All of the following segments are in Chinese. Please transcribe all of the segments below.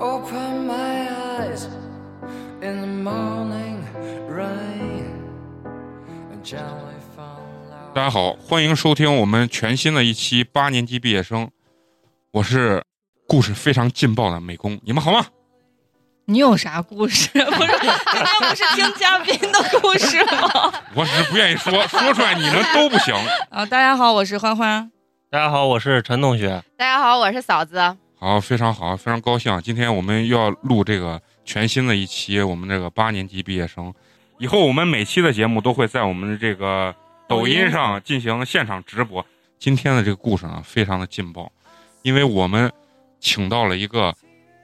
Open my eyes in the morning rain and gently fall 大家好，欢迎收听我们全新的一期八年级毕业生，我是故事非常劲爆的美工，你们好吗？你有啥故事？ 不是，今天不是听嘉宾的故事吗？我只是不愿意说，说出来你们都不行。 啊，大家好，我是欢欢。大家好，我是陈同学。大家好，我是嫂子。好，非常好，非常高兴啊，今天我们又要录这个全新的一期我们这个八年级毕业生，以后我们每期的节目都会在我们的这个抖音上进行现场直播。今天的这个故事呢，非常的劲爆，因为我们请到了一个，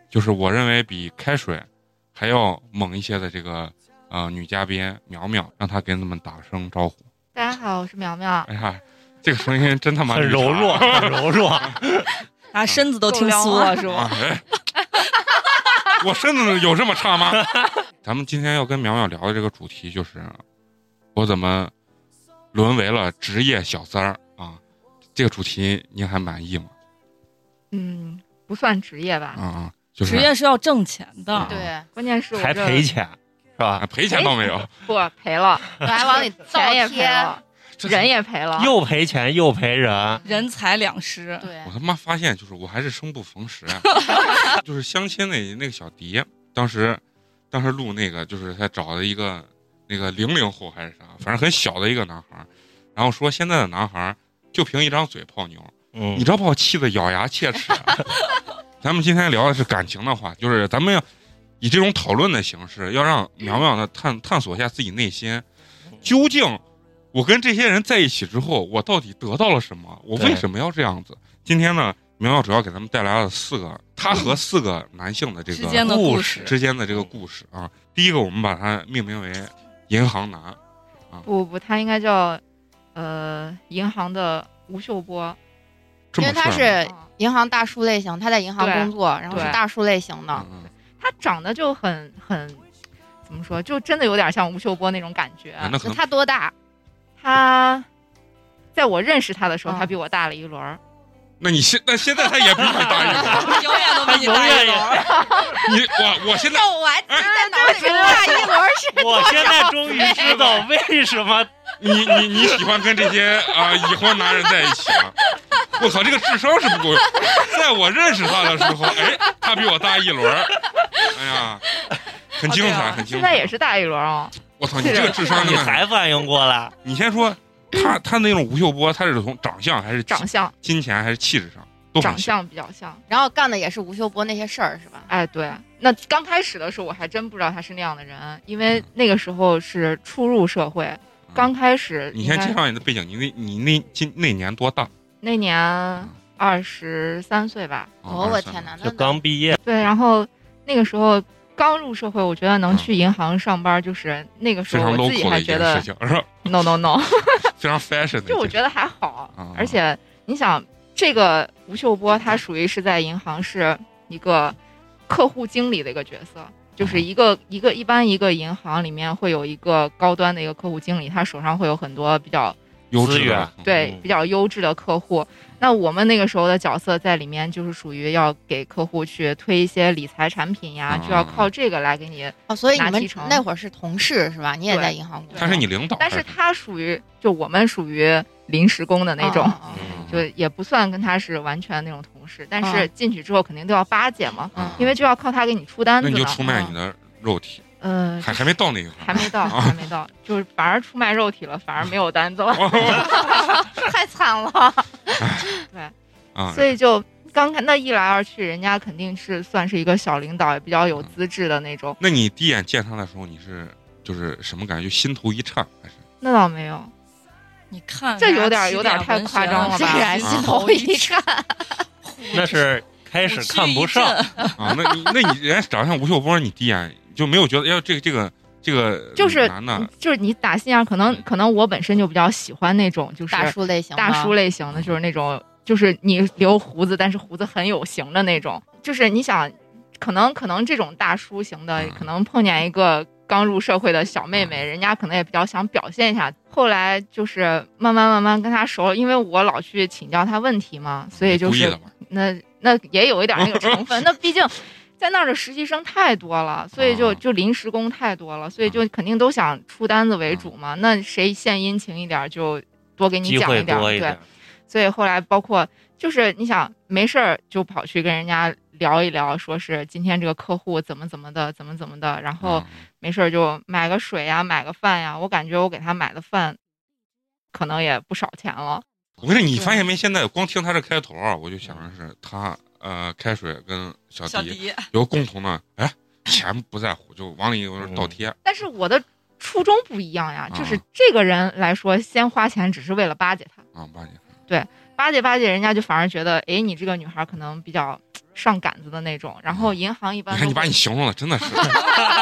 就是我认为比开水还要猛一些的这个呃女嘉宾淼淼，让她给你们打声招呼。大家好，我是苗苗。哎呀，这个声音真他妈绿很茶柔弱，很柔弱。啊，身子都听酥了是啊 吧？！哎 我身子有这么差吗？咱们今天要跟淼淼聊的这个主题就是，我怎么沦为了职业小三儿啊？这个主题您还满意吗？嗯，不算职业吧？啊啊，就是 职业是要挣钱的，啊对，关键是我还这赔钱是啊吧？赔钱倒没 有，不赔了，我还往里倒钱也贴赔了，这人也赔了。又赔钱又赔人，人财两失。对我，他妈发现就是我还是生不逢时 啊，就是相亲那那个小迪，当时当时录那个就是他找了一个那个零零后还是啥，反正很小的一个男孩儿，然后说现在的男孩儿就凭一张嘴泡妞，嗯你，知道把我气得咬牙切齿啊。咱们今天聊的是感情的话，就是咱们要以这种讨论的形式，要让苗苗呢探探索一下自己内心，究竟我跟这些人在一起之后，我到底得到了什么？我为对什么要这样子？今天呢，苗苗主要给咱们带来了四个她和四个男性的这之个间的故事之间的这个故事啊。第一个，我们把它命名为“银行男不不，他应该叫呃银行的吴秀波。”，嗯这么因为他顺吗是银行大叔类型，他在银行对工作，然后是对大叔类型的。嗯嗯他长得就很很怎么说，就真的有点像吴秀波那种感觉。啊那可能他多大？他在我认识他的时候，啊他比我大了一轮儿。那你现那现在他也比你大一 号。永远都比你大他一永远轮。你我我现在那我还记得脑子里大一轮 是我现在终于知道为什么你你你喜欢跟这些啊、已婚男人在一起了？我靠，这个智商是不够用。在我认识他的时候，哎，他比我大一轮儿，哎呀，很精彩，啊很精现彩。在也是大一轮儿啊。我操，你这个智商你真的是，才反应过来，你先说他他那种吴秀波，他是从长相还是长金相金钱还是气质上都很长像。相比较像。然后干的也是吴秀波那些事儿是吧？哎，对，那刚开始的时候我还真不知道他是那样的人，嗯因为那个时候是初入社会，刚开始你应该。先介绍你的背景，你那你那今那年多大？那年嗯二十三岁吧，啊哦，我23天哪，那就刚毕业，对，然后那个时候刚入社会，我觉得能嗯去银行上班，就是那个时非候常我自己 local 的还一觉件事得情，是吧？ no no no，非常 fashion 的一件事。就我觉得还好啊，嗯而且你想，这个吴秀波他属于是在银行是一个客户经理的一个角色，嗯就是一个一个一般一个银行里面会有一个高端的一个客户经理，他手上会有很多比较优质资源的，对嗯比较优质的客户。那我们那个时候的角色在里面就是属于要给客户去推一些理财产品呀，嗯就要靠这个来给你。哦，所以你拿们提成那会儿是同事是吧？你也对在银行工作，他是你领导，但是他属于就我们属于临时工的那种，哦 哦嗯就也不算跟他是完全那种同事，但是嗯进去之后肯定都要巴结嘛，嗯因为就要靠他给你出单那子你就嘛。出卖你的肉体，嗯，还还没到那一块儿，还没到，还没到，就是反而出卖肉体了，反而没有单子 了。太惨了。啊，所以就刚看那一来二去，人家肯定是算是一个小领导，也比较有资质的那种。那你第一眼见他的时候，你是就是什么感觉？就心头一颤，还是那倒没有，你看这有点有点太夸啊张了吧嗯这然心头一颤，那是开始看不上，啊，那你那你人家长相吴秀波，你第一眼就没有觉得，哎呦，这个这个这个就是嗯男的，就是你打心眼儿可能可能我本身就比较喜欢那种就是大叔类型，大叔，类型的，就是那种就是你留胡子，但是胡子很有型的那种。就是你想，可能可能这种大叔型的嗯，可能碰见一个刚入社会的小妹妹，人家可能也比较想表现一下。后来就是慢慢慢慢跟他熟了，因为我老去请教他问题嘛，所以就故意是的嘛，那那也有一点那个成分。那毕竟在那儿的实习生太多了，所以就啊就临时工太多了，所以就肯定都想出单子为主嘛。那谁献殷勤一点儿，就多给你机讲会点儿，多一对点。。所以后来包括就是你想没事儿就跑去跟人家聊一聊，说是今天这个客户怎么怎么的，怎么怎么的，然后嗯没事儿就买个水呀、买个饭呀。我感觉我给他买的饭，可能也不少钱了。我跟你，你发现没？现在光听他这开头啊，我就想的是他呃，开水跟小小迪迪，有共同的，哎，钱不在乎，就往里有哦点倒贴，但是我的初衷不一样哦呀，啊就是这个人来说，先花钱只是为了巴结他，啊，八姐，巴结巴结人家就反而觉得，哎，你这个女孩可能比较上杆子的那种。然后银行一般你都会，看你把你形容的真的是，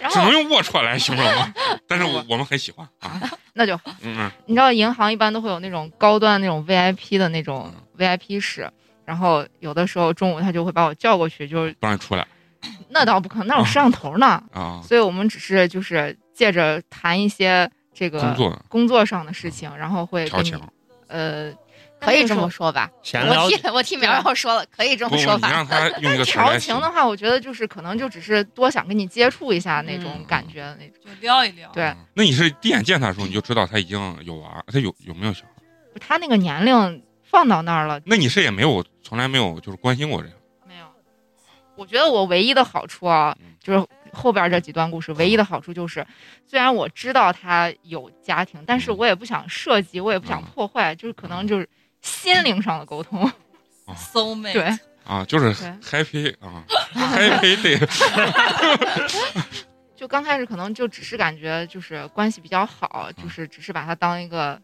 然只后能用龌龊来形容啊。但是我我们很喜欢啊，那就嗯嗯，你知道银行一般都会有那种高端那种 VIP 的那种 VIP 室，然后有的时候中午他就会把我叫过去，就是不让你出来那倒不可能，那有摄像头呢，啊，所以我们只是就是借着谈一些这个工作嗯工作上的事情，然后会调跟你情，呃可以这么说吧？闲聊我替我替苗啊苗说了，可以这不，么你说吧？让 他用一个词儿调来情形容嗯的话，我觉得就是可能就只是多想跟你接触一下那种嗯感觉的那种，就撩一撩。对嗯那你是第一眼见他的时候你就知道他已经有娃，他有有没有小孩？他那个年龄放到那儿了那你是也没有从来没有就是关心过这个，没有？我觉得我唯一的好处啊嗯，就是后边这几段故事唯一的好处就是，虽然我知道他有家庭，但嗯是我也不想涉及，我也不想破坏，就是可能就是心灵上的沟通。搜妹，对，啊，就是对 happy 啊，happy day，就刚开始可能就只是感觉就是关系比较好，嗯就是只是把他当一个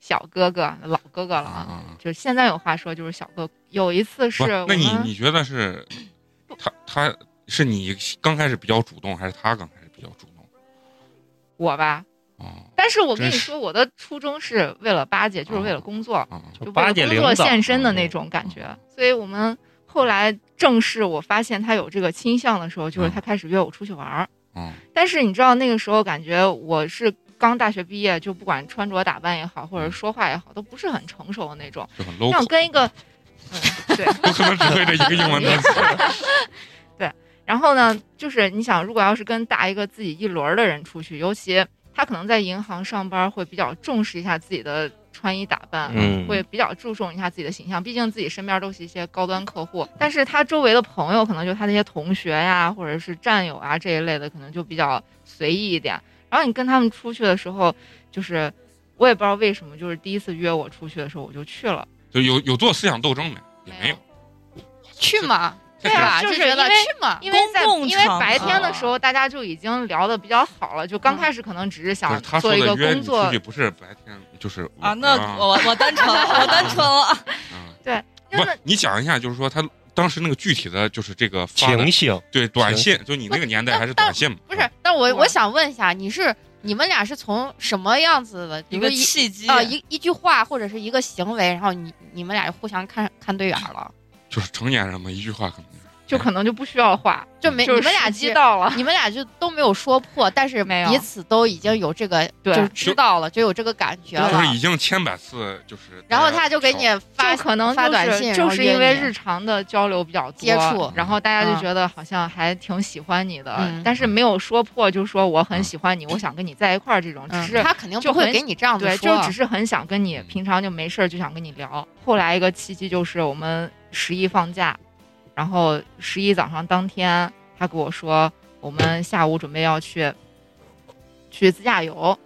小哥哥、老哥哥了啊。啊，就是现在有话说就是小哥。有一次是不，那我们你你觉得是他他是你刚开始比较主动，还是他刚开始比较主动？我吧，哦但是我跟真你是说，我的初衷是为了巴结，就是为了工作。哦，就为巴了结工领作导献啊身的那种感觉。所以我们后来正式我发现他有这个倾向的时候，就是他开始约我出去玩儿。嗯但是你知道那个时候感觉我是刚大学毕业，就不管穿着打扮也好，嗯或者说话也好，都不是很成熟的那种。就很让 local，跟一个，嗯，对。我可能只会这一个英文单词。 然后呢，就是你想，如果要是跟大一个自己一轮儿的人出去，尤其他可能在银行上班，会比较重视一下自己的穿衣打扮，嗯会比较注重一下自己的形象。毕竟自己身边都是一些高端客户，但是他周围的朋友，可能就他那些同学呀，或者是战友啊这一类的，可能就比较随意一点。然后你跟他们出去的时候，就是我也不知道为什么，就是第一次约我出去的时候，我就去了。就有有做思想斗争没？也没有，去嘛，啊对这吧吧？就就是觉得因为去嘛，因为在公共因为场白合天的时候，大家就已经聊的比较好了，就刚开始可能只是不是想他做说一的个约工你出作去，不是白天就是啊，那哦我我单纯了，我单纯了。 啊对，不真的，你讲一下，就是说他当时那个具体的就是这个发的情形，对短信，就你那个年代还是短信嘛？不是，但我我我想问一下，你是你们俩是从什么样子的，比一如说个一契机啊、一一句话或者是一个行为，然后你你们俩就互相看看对眼儿了，就是成年人嘛，一句话可能就是就可能就不需要画，就没就你是们俩时机知道，到了。 你们俩就都没有 说破，但是没有彼此都已经有这个，对就是知道了，就有这个感觉就是了已。经千百次就是。然后他就给你发就可能发就短是信，然就后是约因为你日常的交流比较多接触然后大家嗯就觉得好像还挺喜欢你的，嗯但是没有说破，就说我很嗯喜欢你，我想跟你在一块儿这种，只嗯是他肯定就不会很给哦你这样子对，说，啊就只是很想跟嗯你，平常就没事儿就想跟你聊。后来一个契机就是我们十一放假，然后十一早上当天，他跟我说我们下午准备要去去自驾游，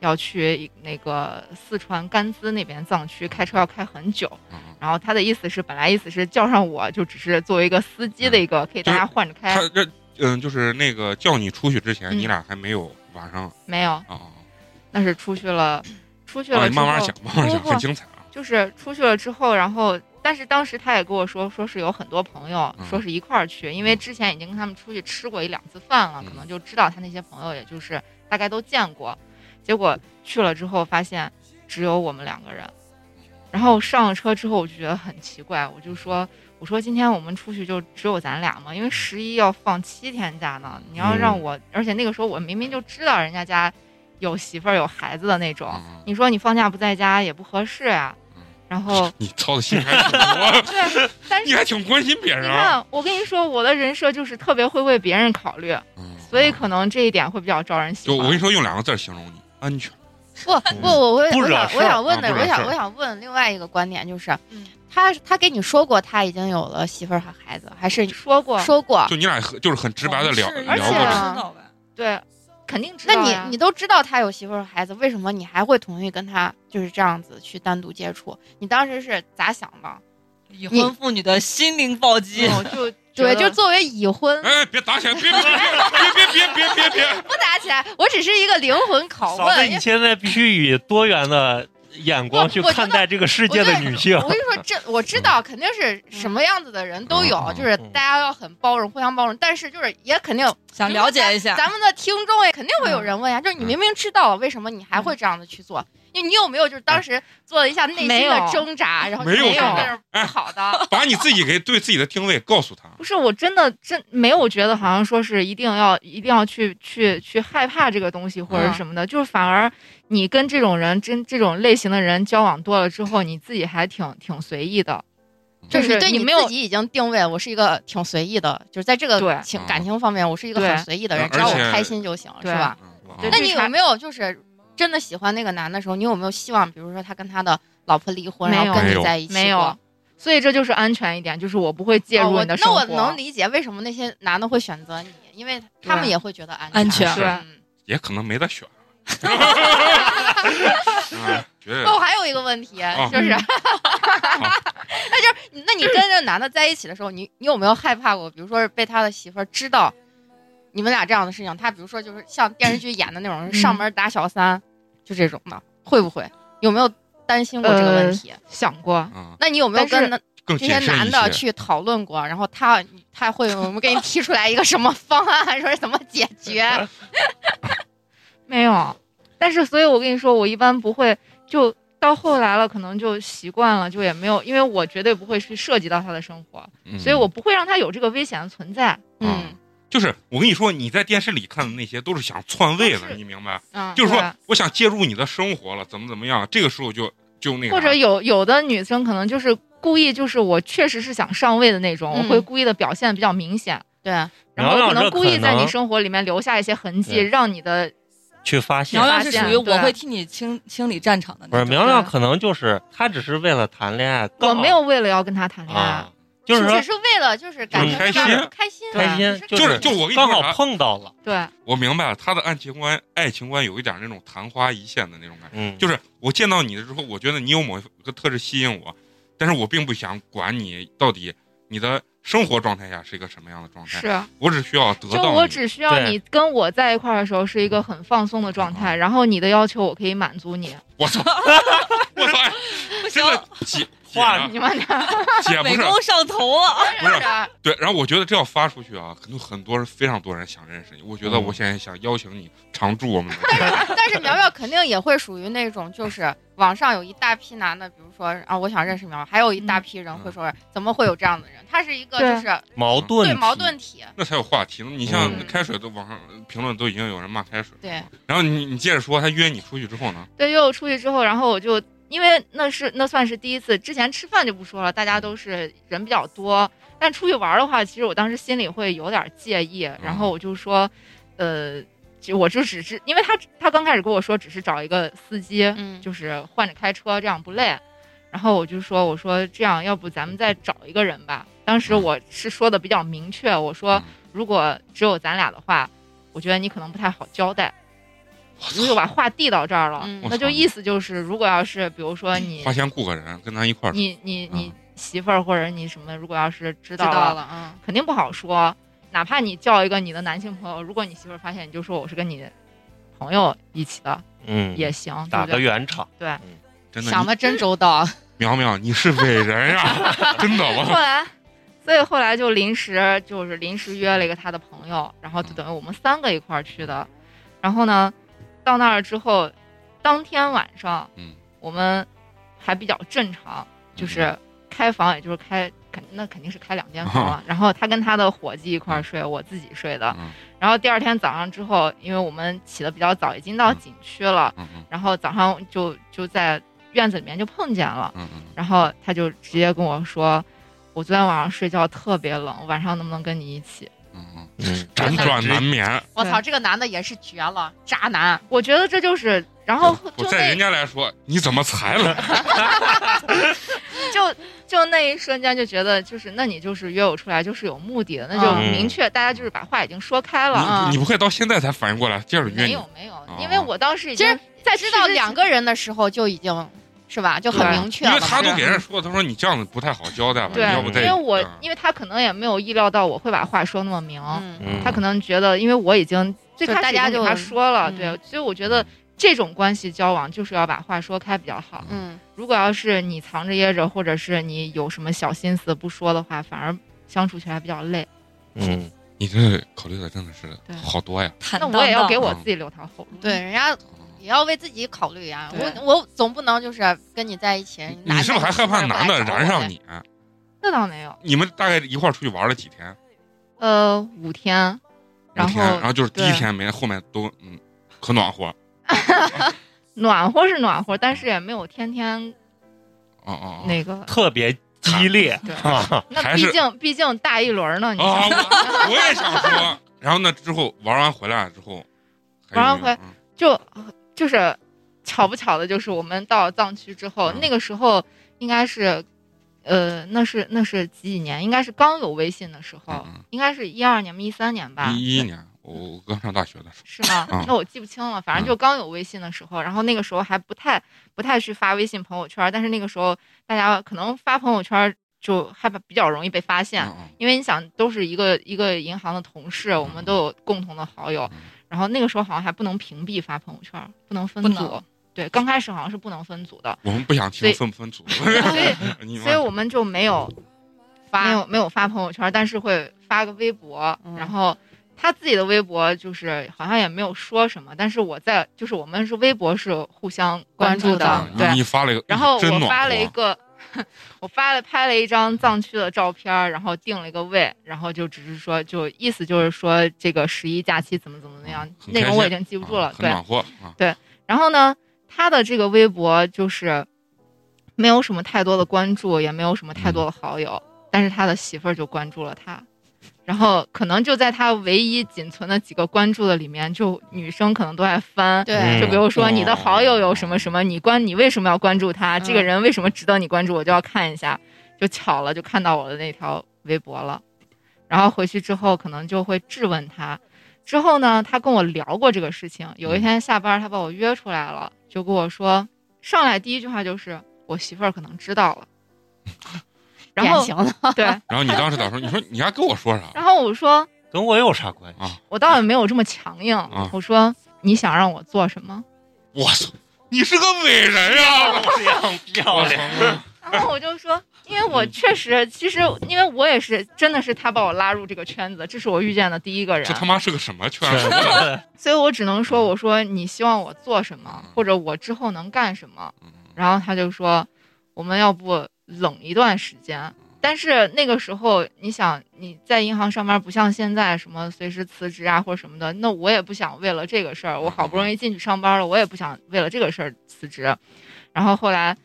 要去一那个四川甘孜那边藏区，开车要开很久。嗯然后他的意思是，本来意思是叫上我，就只是作为一个司机的一个，可以大家换着开。嗯他呃嗯这嗯，就是那个叫你出去之前，嗯你俩还没有晚上没有，啊，那是出去了，出去啊，了你之后，慢慢想，慢慢想，不很精彩啊。就是出去了之后，然后但是当时他也跟我说，说是有很多朋友，嗯说是一块儿去，因为之前已经跟他们出去吃过一两次饭了，嗯可能就知道他那些朋友，也就是大概都见过。结果去了之后，发现只有我们两个人。然后上了车之后，我就觉得很奇怪，我就说：“我说今天我们出去就只有咱俩嘛，因为十一要放七天假呢。你要让嗯我，而且那个时候我明明就知道人家家有媳妇儿有孩子的那种，嗯你说你放假不在家也不合适呀、嗯然后 嗯，你操的心还挺 多，对，啊但你是还挺关心别你人啊。看，我跟你说，我的人设就是特别会为别人考虑，嗯所以可能这一点会比较招人喜就欢。我跟你说，用两个字儿形容你，安全。不不，我我不我惹想事我儿想问啊的，不惹我事儿想我想问另外一个观点就是嗯，他他给你说过他已经有了媳妇儿和孩子，还是说过，说过？就你俩很就是很直白的聊我们是聊而且过啊这，知道吧？对，肯定知道那你呀嗯你都知道他有媳妇儿和孩子，为什么你还会同意跟他就是这样子去单独接触？你当时是咋想的？已婚妇女的心灵暴击，嗯我哦就对，觉得就作为已婚哎，别打起来，别别别别别别别别！不打起来，我只是一个灵魂嫂拷子，问。因你为现在必须以多元的眼光去不我觉得看待这个世界的女性我。跟你说，这我知道，肯定嗯是什么样子的人都有，嗯就是嗯大家要很包容，互相包容。但是就是也肯定想了解一下。咱们的听众也肯定嗯会有人问呀，嗯就是你明明知道了，为什么你还会这样子去做？因为你有没有就是当时做了一下内没心有哎的挣扎，然后哎没有没有挣扎但是不好的，把你自己给对自己的定位告 诉他。不是，我真的真没有觉得好像说是一定要一定要去去去害怕这个东西或者是什么的，就是反而你跟这种人真这种类型的人交往多了之后，你自己还挺挺随意的，就就是是你对你你没有自己已经定位，我是一个挺随意的，就是在这对个情感情方面，我是一个对很随意的人，嗯而只要我且开心就行了，对是吧？嗯那啊对那这你茬有没有就是真的喜欢那个男的时候，你有没有希望，比如说他跟他的老婆离婚，没有然后跟没有你在一起过？没有，所以这就是安全一点，就是我不会介哦入我你的生活。那我能理解为什么那些男的会选择你，因为他们对也会觉得安安全是嗯也可能没得 选。嗯，绝对那我哦还有一个问题，就是，嗯 那就是，那你跟这个男的在一起的时候，你你有没有害怕过？比如说是被他的媳妇儿知道你们俩这样的事情，他比如说就是像电视剧演的那嗯种，上门打小三，就这种的，会不会有没有担心过这个问题？想过，嗯，那你有没有呃但是跟那更这些谨慎男一的些。去讨论过？然后他他会我们给你提出来一个什么方案， 说是怎么解 决？没有，但是所以，我跟你说，我一般不会就到后来了，可能就习惯了，就也没有，因为我绝对不会去涉及到他的生活，嗯所以我不会让他有这个危险存在。嗯就是我跟你说，你在电视里看的那些都是想篡位都的，是你明白？嗯，啊就是对说，我想介入你的生活了，怎么怎么样？这个时候就就那个或啥者有有的女生可能就是故意，就是我确实是想上位的那种，嗯我会故意的表现比较明显，对，然后可娘娘能这故意在可你能生活里面留下一些痕迹，对让你的去发现苗，苗是发现属于我对会替你清清理战场的不那是种。苗苗，可能就是她只是为了谈恋爱，我刚好没有为了要跟他谈恋爱，啊，嗯就是说只是为了就是感情开上心面开心对开心，就是是就我跟你刚说啊好啥，碰到了，对，我明白了，他的爱情观爱情观有一点那种昙花一现的那种感觉。嗯，就是我见到你的时候，我觉得你有某一个特质吸引我，但是我并不想管你到底你的生活状态下是一个什么样的状态，是。我只需要得就到你。我只需要对你跟我在一块儿的时候是一个很放松的状态，然后你的要求我可以满足你。我操，我操，哎真 的姐姐话啊你们俩姐不美是工上头啊！ 不是啊，对，然后我觉得这要发出去啊，可能很多人非常多人想认识你。我觉得嗯我现在想邀请你常驻我们的，但是苗苗肯定也会属于那种，就是网上有一大批男的，比如说啊，我想认识苗苗，还有一大批人嗯会说，怎么会有这样的人？他是一个对就是矛盾对体矛盾体，那才有话题呢。你像嗯开水都网上评论都已经有人骂开水了，对，然后你你接着说，他约你出去之后呢？对，约我出去之后，然后我就因为那是那算是第一次，之前吃饭就不说了，大家都是人比较多，但出去玩儿的话，其实我当时心里会有点介意，然后我就说，呃，就我就只是因为他他刚开始跟我说只是找一个司机，嗯，就是换着开车，这样不累。然后我就说，我说这样，要不咱们再找一个人吧。当时我是说的比较明确，我说嗯如果只有咱俩的话，我觉得你可能不太好交代。我就把话递到这儿了，嗯那就意思就是，如果要是比如说你花钱雇个人跟咱一块儿，你你你嗯媳妇儿或者你什么，如果要是知知道了，道了，嗯，肯定不好说。哪怕你叫一个你的男性朋友，如果你媳妇儿发现，你就说我是跟你朋友一起的嗯，也行，对打不个对？圆场，真的，想的真周到，你苗苗，你是伟人 呀、真的，后我来，所以后来就临时就是临时约了一个他的朋友，嗯然后就等于我们三个一块儿去的。然后呢，到那儿之后，当天晚上，嗯，我们还比较正常，就是开房，也就是开肯那肯定是开两 间房了。然后他跟他的伙计一块儿睡，我自己睡的。嗯然后第二天早上之后，因为我们起的比较早，已经到嗯景区了，嗯嗯然后早上就就在院子里面就碰见了。嗯嗯，然后他就直接跟我说，我昨天晚上睡觉特别冷，晚上能不能跟你一起？嗯嗯，嗯，辗转难眠。我操，这个男的也是绝了，渣男，我觉得这就是，然后我哦就在那人家来说，你怎么才了？就就那一瞬间就觉得，就是那你就是约我出来就是有目的的，那就嗯明确，大家就是把话已经说开了啊。你你不会到现在才反应过来，接着嗯约没你哦有？没有，因为我当时已经其实在知道去之前两个人的时候就已经是吧，就很对明确因了。为他都是给人说，他说你这样子不太好交代吧？对你要不，再因为我嗯因为他可能也没有意料到我会把话说那么明，嗯，嗯他可能觉得，因为我已经最就开始大已经家给就他说了，嗯对，所以我觉得这种关系交往就是要把话说开比较好。嗯，如果要是你藏着掖着，或者是你有什么小心思不说的话，反而相处起来比较累。嗯，你这考虑的真的是对好多呀。坦那荡我也要荡给我自己留条后路。对，人家也要为自己考虑呀。对我我总不能就是跟你在一起，你是不是还害怕男的燃上你？你？啊那倒没有，你们大概一块儿出去玩了几天？呃，五天，然五天然后后就是第一对天没，后面都嗯，可暖和。暖和是暖和，但是也没有天天哦哦哦那 个。特别激烈 对，啊，那还毕是竟毕竟大一轮呢，你 啊！想我我也想说。然后呢，之后玩完回来之后，还有玩完没有嗯 就就是巧不巧的，就是我们到藏区之后，嗯那个时候应该是，呃，那是那是几几年？应该是刚有微信的时候，嗯嗯应该是一二年、一三年吧，一一年，我我刚上大学的时是吗嗯？那我记不清了，反正就刚有微信的时候，然后那个时候还不太不太去发微信朋友圈，但是那个时候大家可能发朋友圈就还比较容易被发候，现，嗯嗯因为你想都是一个一个银行的同事，我们都有共同的好友嗯，然后那个时候好像还不能屏蔽发朋友圈，不能分不组能，对，刚开始好像是不能分组 的，我们不想听对分不分组，所以 你们所以我们就没有发没有没有发朋友圈，但是会发个微博，嗯然后他自己的微博就是好像也没有说什么，但是我在就是我们是微博是互相关注的，啊关注你对。你发了一个，然后真我暖发和啊了一个， 我发了拍了一张藏区的照片儿，然后定了一个位，然后就只是说就意思就是说这个十一假期怎么怎么怎么样嗯，很内开容我已心经记不住啊了，很对。暖和啊，然后呢，他的这个微博就是没有什么太多的关注，也没有什么太多的好友，但是他的媳妇儿就关注了他。然后可能就在他唯一仅存的几个关注的里面，就女生可能都在翻， 对就比如说嗯你的好友有什么什么，你关你为什么要关注他？嗯这个人为什么值得你关注？我就要看一下，就巧了，就看到我的那条微博了。然后回去之后，可能就会质问他。之后呢，他跟我聊过这个事情。有嗯一天下班，他把我约出来了，就跟我说，上来第一句话就是我媳妇儿可能知道了。 然典后型 的，对，然后你当时咋说？你说 你还跟我说啥然后我说跟我有啥 关系？啊？我倒也没有这么强硬，啊我说你想让我做什么？我操，你是个伟人 啊！漂亮漂我亮，操，然后我就说，因为我确实，其实因为我也是，真的是他把我拉入这个圈子，这是我遇见的第一个人这，他妈是个什么圈子？嗯 所以我只能说，我说你希望我做什么，或者我之后能干什么。嗯然后他就说，我们要不冷一段时间。但是那个时候，你想你在银行上班，不像现在什么随时辞职啊或者什么的，那我也不想为了这个事儿，我好不容易进去上班了，我也不想为了这个事儿辞职。然后后来，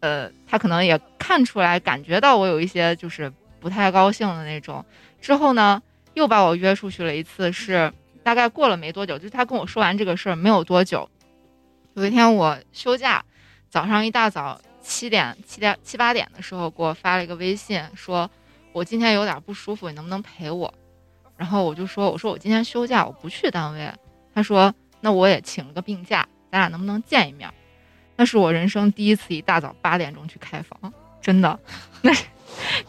呃，他可能也看出来，感觉到我有一些就是不太高兴的那种。之后呢，又把我约出去了一次，是大概过了没多久，就是他跟我说完这个事儿没有多久，有一天我休假，早上一大早七点七点七八点的时候给我发了一个微信，说我今天有点不舒服，你能不能陪我？然后我就说，我说我今天休假，我不去单位。他说，那我也请了个病假，咱俩能不能见一面？那是我人生第一次一大早八点钟去开房，真的， 那是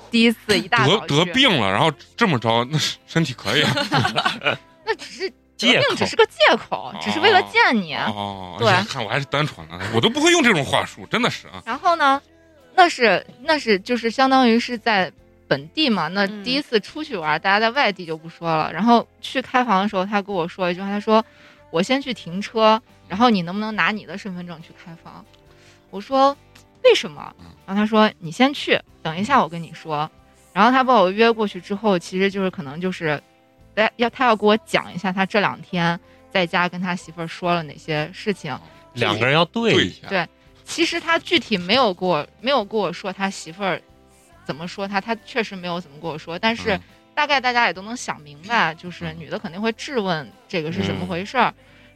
第一次一大得早得去 病了，然后这么着，那身体可以啊，那只是借得口病只是个借口，只是为了见你。哦，对哎呀看我还是单纯的，我都不会用这种话术，真的是啊。然后呢，那是那是就是相当于是在本地嘛，那嗯第一次出去玩，大家在外地就不说了。然后去开房的时候，他跟我说一句话，他说：“我先去停车，嗯然后你能不能拿你的身份证去开房？”我说：“为什么嗯？”然后他说：“你先去，等一下我跟你说。”然后他把我约过去之后，其实就是可能就是，哎要他要给我讲一下他这两天在家跟他媳妇儿说了哪些事情。两个人要对对一，下，对其实他具体没有跟我没有跟我说他媳妇儿怎么说他，他确实没有怎么跟我说，但是嗯大概大家也都能想明白，就是嗯女的肯定会质问这个是怎么回事儿，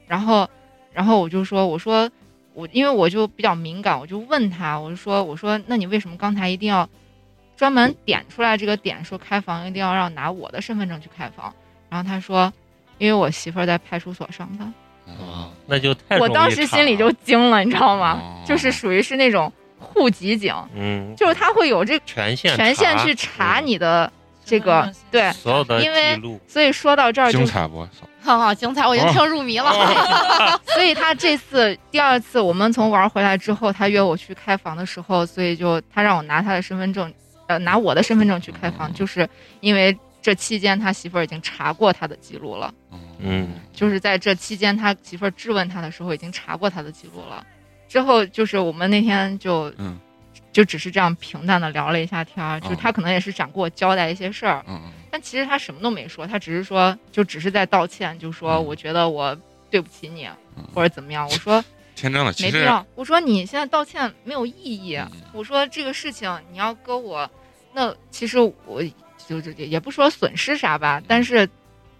然后，然后我就说，我说我因为我就比较敏感，我就问他，我就说我说那你为什么刚才一定要专门点出来这个点说开房一定要让拿我的身份证去开房？然后他说，因为我媳妇儿在派出所上班。嗯那就太我容易当时查心里就了惊了，你知道吗哦？就是属于是那种户籍警，嗯，就是他会有这权限权限查嗯去查你的这个身份证对。所有的因为记录，所以说到这儿就精，彩不？好好精彩，我已哦经听入迷了。所以他这次第二次我们从玩儿回来之后，他约我去开房的时候，所以就他让我拿他的身份证，呃，拿我的身份证去开房，嗯就是因为这期间他媳妇儿已经查过他的记录了，嗯，就是在这期间他媳妇儿质问他的时候已经查过他的记录了。之后就是我们那天就嗯就只是这样平淡的聊了一下天儿，就是哦他可能也是想跟我交代一些事儿，嗯但其实他什么都没说，他只是说就只是在道歉，就说嗯我觉得我对不起你嗯或者怎么样。我说嗯，天真了，没其必实要，我说你现在道歉没有意义嗯，我说这个事情你要跟我，那其实我就就也不说损失啥吧，嗯但是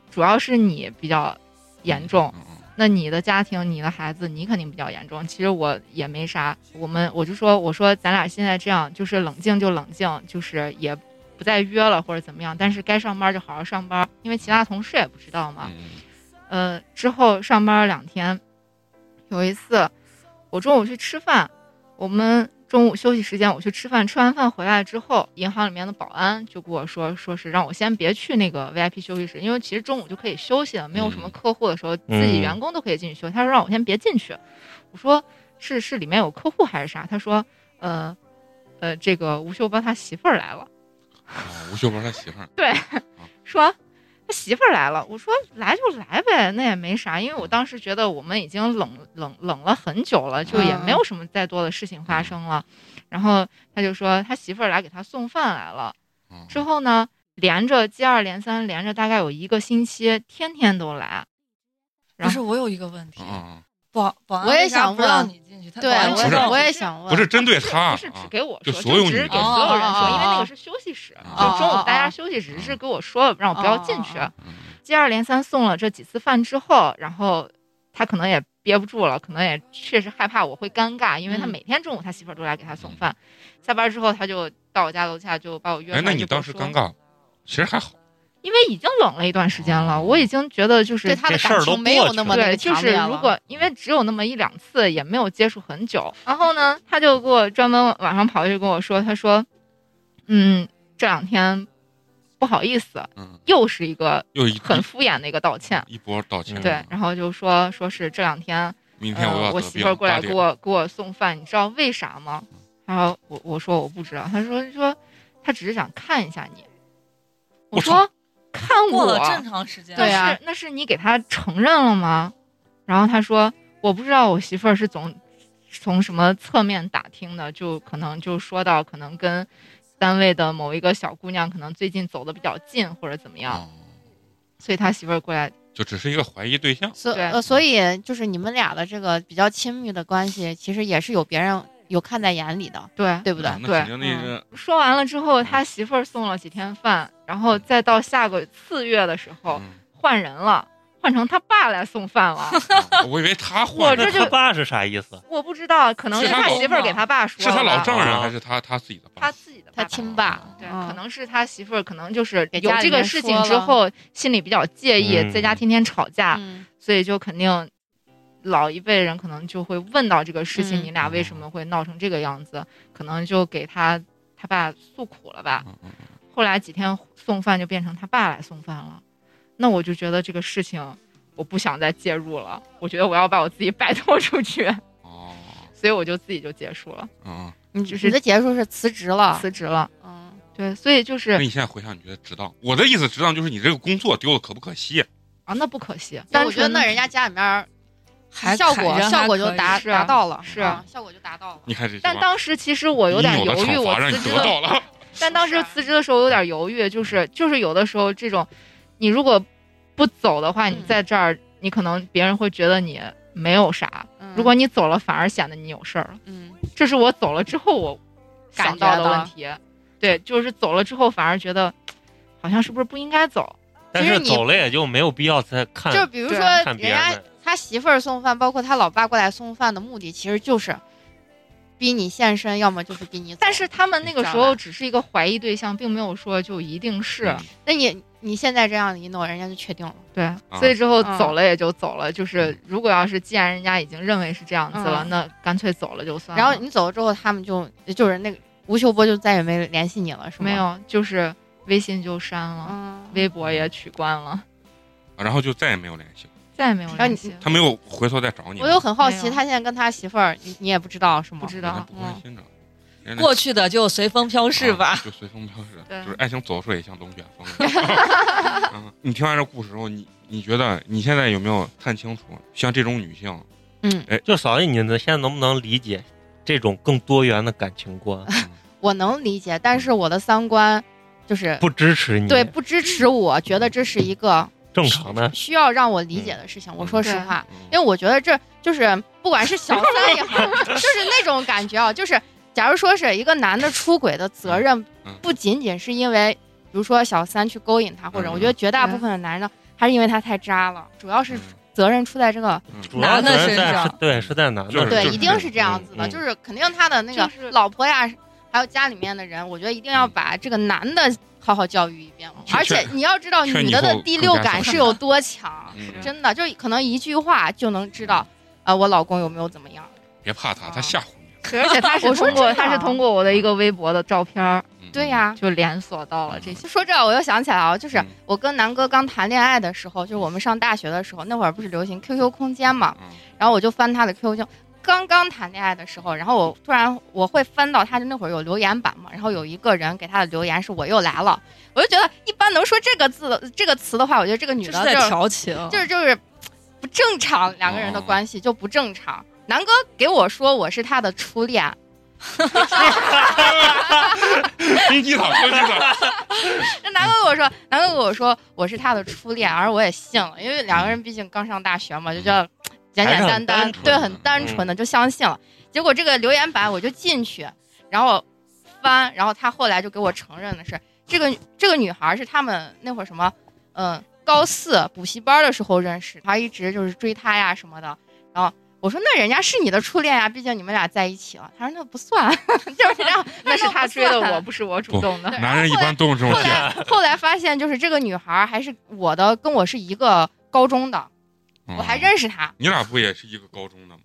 主要是你比较严重，嗯那你的家庭、你的孩子，你肯定比较严重。其实我也没啥，我们我就说，我说咱俩现在这样，就是冷静就冷静，就是也不再约了或者怎么样。但是该上班就好好上班，因为其他同事也不知道嘛。嗯呃，之后上班两天，有一次我中午去吃饭，我们中午休息时间我去吃饭，吃完饭回来之后，银行里面的保安就跟我说，说是让我先别去那个 VIP 休息室，因为其实中午就可以休息了，没有什么客户的时候，自己员工都可以进去休息。他说让我先别进去，我说是是里面有客户还是啥？他说呃呃，这个吴秀波他媳妇儿来了。啊吴秀波他媳妇儿，说他媳妇儿来了，我说来就来呗，那也没啥，因为我当时觉得我们已经冷冷冷了很久了，就也嗯没有什么再多的事情发生了。然后他就说他媳妇儿来给他送饭来了，嗯之后呢，连着接二连三，连着大概有一个星期，天天都来。不然后是，我有一个问题，嗯保保安我也为啥想不让问你进去，他 对，保安我知道也你我也想问，不是针对他，啊嗯啊不是只给我就说，所有只女是的给所有人哦说，因为那哦哦个是休息室，哦就中哦午哦大家休息只是跟我说了，让我不要进去。哦哦嗯接二连三送了这几次饭之后，然后他可能也憋不住了，可能也确实害怕我会尴尬，因为他嗯每天中午他媳妇儿都来给他送饭，下班之后他就到我家楼下就把我约嗯哎，出那来你就跟当我时说尴？尬，其实还好，因为已经冷了一段时间了，哦我已经觉得就是对他这的事儿感都情没有过去那么那对，个就强是烈了如果因为只有那么一两次，也没有接触很久。然后呢，他就给我专门晚上跑去跟我说，他说，嗯，这两天不好意思，嗯，又是一个又一很敷衍的一个道歉。一波道歉，嗯对，然后就说说是这两天，明天我呃要，我得媳病妇儿过来打给点嗯我给我送饭，你知道为啥吗？然后我我说我不知道，他说说他只是想看一下你。我我操说看过了我正常时间，那对是啊那是你给他承认了吗？然后他说我不知道，我媳妇儿是总从什么侧面打听的，就可能就说到可能跟单位的某一个小姑娘可能最近走的比较近或者怎么样，嗯所以他媳妇儿过来就只是一个怀疑对象，所对呃，所以就是你们俩的这个比较亲密的关系，其实也是有别人有看在眼里的，对对不对啊？那对肯定那是说完了之后，他媳妇儿送了几天饭，然后再到下个次月的时候嗯换人了，换成他爸来送 饭了。啊我以为他我换这了那就他爸是啥意思？我不知道，可能是是他他老媳妇儿给他爸说是他老了丈人还是他他自己的爸他？自己的爸他爸亲爸，对，嗯可能是他媳妇儿，可能就是给有家里这个面事说情之了后，心里比较介意，嗯在家天天吵架，嗯所以就肯定老一辈人可能就会问到这个事情，嗯你俩为什么会闹成这个样子？可能就给他他爸诉苦了吧。嗯嗯后来几天送饭就变成他爸来送饭了，那我就觉得这个事情，我我不想再介入了，我觉得我要把我自己摆脱出去， 哦，所以我就自己就结束了，嗯，你就是你的结束是辞职了，辞职了。嗯，对，所以就是那你现在回想，你觉得值当？我的意思，值当就是你这个工作丢了可不可惜？啊，那不可惜，但但我觉得那人家家里面儿还效砍果人还效果就可以达是啊达到了，是啊，效果就达到了。你看这句话，但当时其实我有点应有犹的豫，惩我罚让你辞职得的到了，但当啊时辞职的时候有点犹豫，就是就是有的时候这种，你如果不走的话，嗯你在这儿，你可能别人会觉得你没有啥；嗯如果你走了，反而显得你有事儿了。嗯，这是我走了之后我感感到觉的问题。对，就是走了之后反而觉得，好像是不是不应该走？但其实是你走了也就没有必要再看，就是比如说对看人别人家的他媳妇儿送饭，包括他老爸过来送饭的目的，其实就是逼你现身，要么就是逼你走。但是他们那个时知道候吧只是一个怀疑对象，并没有说就一定是嗯那你你现在这样一弄，人家就确定了。对，所以之后走了也就走了。就是嗯如果要是既然人家已经认为是这样子了，嗯那干脆走了就算了。然后你走了之后，他们就就是那个吴秀波就再也没联系你了，是吗？没。有，就是微信就删了，嗯，微博也取关了，然后就再也没有联系，再也没有然后联你系。他没有回头再找你吗。我就很好奇，没有他现在跟他媳妇儿，你你也不知道是吗？不知知道嗯不关心着，人家过去的就随风飘逝啊吧。就随风飘逝，对就是爱情走的时候也像龙卷风。嗯，你听完这故事之后，你你觉得你现在有没有看清楚，像这种女性，嗯，就嫂子，你能现在能不能理解这种更多元的感情观？我能理解，但是我的三观就是不支持你，对不支持我，觉得这是一个正 常的，需要让我理解的事情。我说实对话，嗯因为我觉得这就是不管是小三也 好，就是那种感觉啊，就是假如说是一个男的出轨的责任嗯，不仅仅是因为比如说小三去勾引他，或者嗯我觉得绝大部分的男的还是因为他太渣了，主要是嗯责任出在这个主要男的责任身在上是对是在男就的是身对，上，一定是这样子嗯的，嗯就是肯定他的那个就是老婆呀，还有家里面的人，我觉得一定嗯要把这个男的好好教育一遍。劝而且你要知道，劝女劝的以的后第更六加感小是心有多强，嗯真的，就可能一句话就能知道，啊，我老公有没有怎么样。别怕他，他吓唬你。而且他是啊我说通过真的他是通过我的一嗯个微博的照片儿嗯对，呀、就连锁到了这些。就说这我又想起来了，就是嗯我跟南哥刚谈恋爱的时候，就是我们上大学的时候，那会儿不是流行 QQ 空间嘛，嗯然后我就翻他的 QQ 就刚刚谈恋爱的时候，然后我突然我会翻到他的那会儿有留言板嘛，然后有一个人给他的留言是我又来了，我就觉得一般能说这个字的这个词的话，我觉得这个女这的是在就是调情，就是就是不正常，两个人的关系就不正常。南哥给我说我是他的初恋，攻击他，攻击他。那南哥跟我说，南哥跟我说我是他的初恋，而我也信了，因为两个人毕竟刚上大学嘛，就觉得简简单嗯还是很单单，纯嗯对，的很单纯的就相信了。结果这个留言板我就进去，然后翻，然后他后来就给我承认的是，这个这个女孩是他们那会儿什么，嗯，高四补习班的时候认识，他一直就是追她呀什么的，然后。我说那人家是你的初恋呀、毕竟你们俩在一起了。他说那不算， 就是这样，那是他 追的不算我，不是我主动的。男人一般都是这种后贱来后来发现，就是这个女孩儿还是我的，跟我是一个高中的，哦嗯我还认识她你俩不也是一个高中的吗？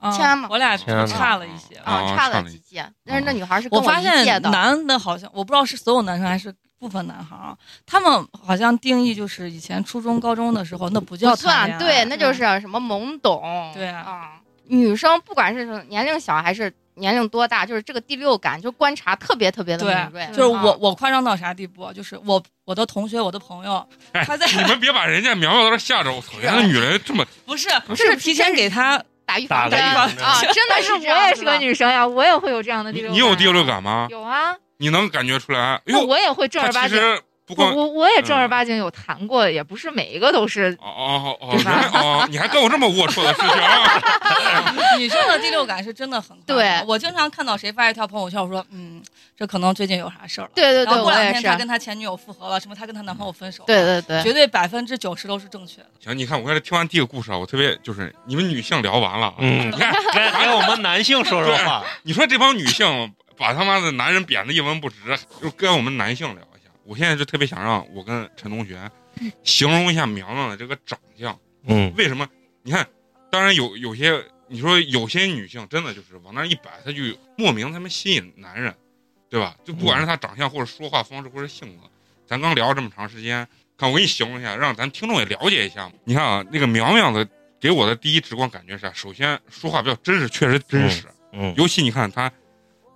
嗯天呐我俩天呐差了一些。哦啊嗯差差了了一几届。但是那女孩儿是跟我发一届现的，男的好像我不知道是所有男生还是部分男孩啊，他们好像定义就是以前初中、高中的时候那不叫不谈算恋对，爱，嗯那就是什么懵懂。对啊，女生不管是年龄小还是年龄多大，就是这个第六感就观察特别特别的敏锐啊对，。啊嗯就是嗯我我夸张到啥地步啊？就是我我的同学、我的朋友，哎他在你们别把人家苗苗在这吓着，我操！原来女人这么不是不是是提前给他打预打防了针预防针啊， 真的 但是是我也是个女生呀，我也会有这样的第你六感。你有第六？感吗？有啊，你能感觉出来？哎那呦，我也会正他儿八其经。实不我光嗯我我也正儿八经有谈过，也不是每一个都是。哦哦哦，对原吧来哦，你还干过这么龌龊的事情啊？ 女生的第六感是真的很快的对我经常看到谁发一条朋友圈，我说嗯，这可能最近有啥事儿了。对对然对，后过我两也天是他，跟他前女友复合了，什么他跟他男朋友分手了，对对对，绝对百分之九十都是正确的。行，你看我刚才听完第一个故事啊，我特别就是你们女性聊完了啊，嗯你，看 该该我们男性说说话，你说这帮女性把他妈的男人贬得一文不值，就跟我们男性聊一下。我现在就特别想让我跟陈同学嗯形容一下苗苗的这个长相， 嗯，为什么？你看，当然有有些你说有些女性真的就是往那一摆，她就莫名他们吸引男人，对吧？就不管是她长相或者说话方式或者性格，咱刚聊这么长时间，看我给你形容一下，让咱听众也了解一下嘛。你看啊，那个苗苗的给我的第一直观感觉是啥？首先说话比较真实，确实真实。嗯，尤其你看她，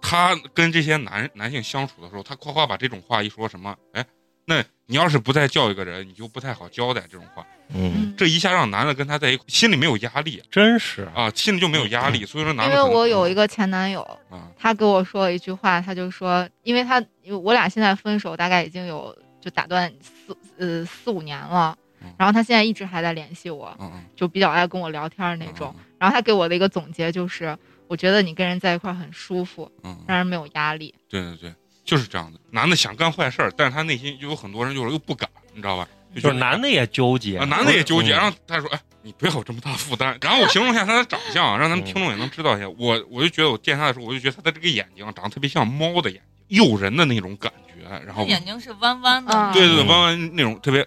她跟这些男男性相处的时候，她夸夸把这种话一说，什么哎，那你要是不再叫一个人，你就不太好交代这种话。嗯，这一下让男的跟她在一块，心里没有压力真是啊，啊，心里就没有压力。所以说男因的为可能，嗯我有一个前男友，啊，他给我说了一句话，他就说，因为他我俩现在分手大概已经有就打断四呃四五年了嗯，然后他现在一直还在联系我，嗯嗯，就比较爱跟我聊天儿那种嗯。然后他给我的一个总结就是，我觉得你跟人在一块儿很舒服，嗯，嗯让人没有压力。对对对，就是这样的。男的想干坏事儿，但是他内心就有很多人就是又不敢，你知道吧？就就觉是得男的也纠结啊，，男的也纠结，嗯然后他说：“哎，你不要有这么大负担。”然后 我形容一下他的长相啊，让咱们听众也能知道一下。我我就觉得我见他的时候，我就觉得他的这个眼睛长得特别像猫的眼睛，诱人的那种感觉。然后眼睛是弯弯的，啊对对对，嗯弯弯那种特别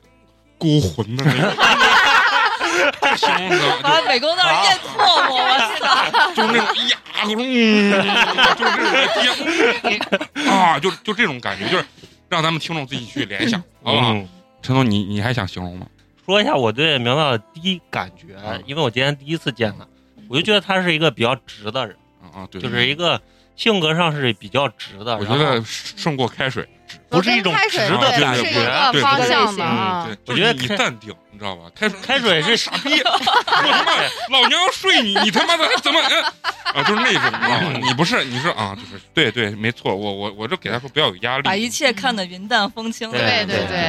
勾魂的那种。 这形容词啊，北宫那儿咽唾沫，我操！就就是那种呀，各种嗯，就是这种嗯啊，就就这种感觉，就是让咱们听众自己去联想，好不好？嗯陈总，你你还想形容吗？说一下我对苗苗的第一感觉，因为我今天第一次见他，我就觉得他是一个比较直的人，啊啊，对，就是一个性格上是比较直的。我啊然后觉得胜过开水。不是一种跟开直水啊的对感是对一对觉，个方向的嗯啊。对，我觉得就是你开淡定，你知道吧？开水开水是傻 逼，我他妈老娘睡你，你他妈的怎么？嗯啊，就是那种，你知道吗？你不是，你是啊，就是对对，没错，我我我就给他说不要有压把一力，切看得云淡风轻的对感觉。对对对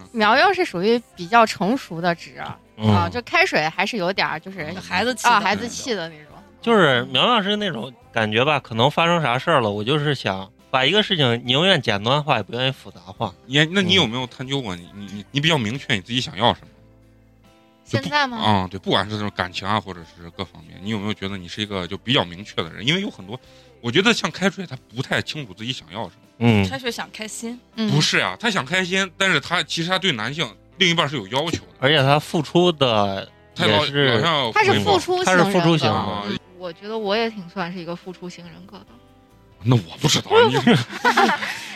嗯，苗苗是属于比较成熟的直啊，嗯就开水还是有点儿就是孩子气的啊孩子气的那种。就是苗苗是那种感觉吧，可能发生啥事儿了，我就是想把一个事情宁愿简单化，也不愿意复杂化。你那你有没有探究过你你你你比较明确你自己想要什么现在嗯吗？啊？对，不管是这种感情啊，或者是各方面，你有没有觉得你是一个就比较明确的人？因为有很多，我觉得像开水，他不太清楚自己想要什么。嗯开水想开心，嗯不是呀、啊他想开心，但是他其实他对男性另一半是有要求的，而且他付出的他老也老是像有他是回报付出型他是付出型人格啊嗯我觉得我也挺算是一个付出型人格的。那我不知道，你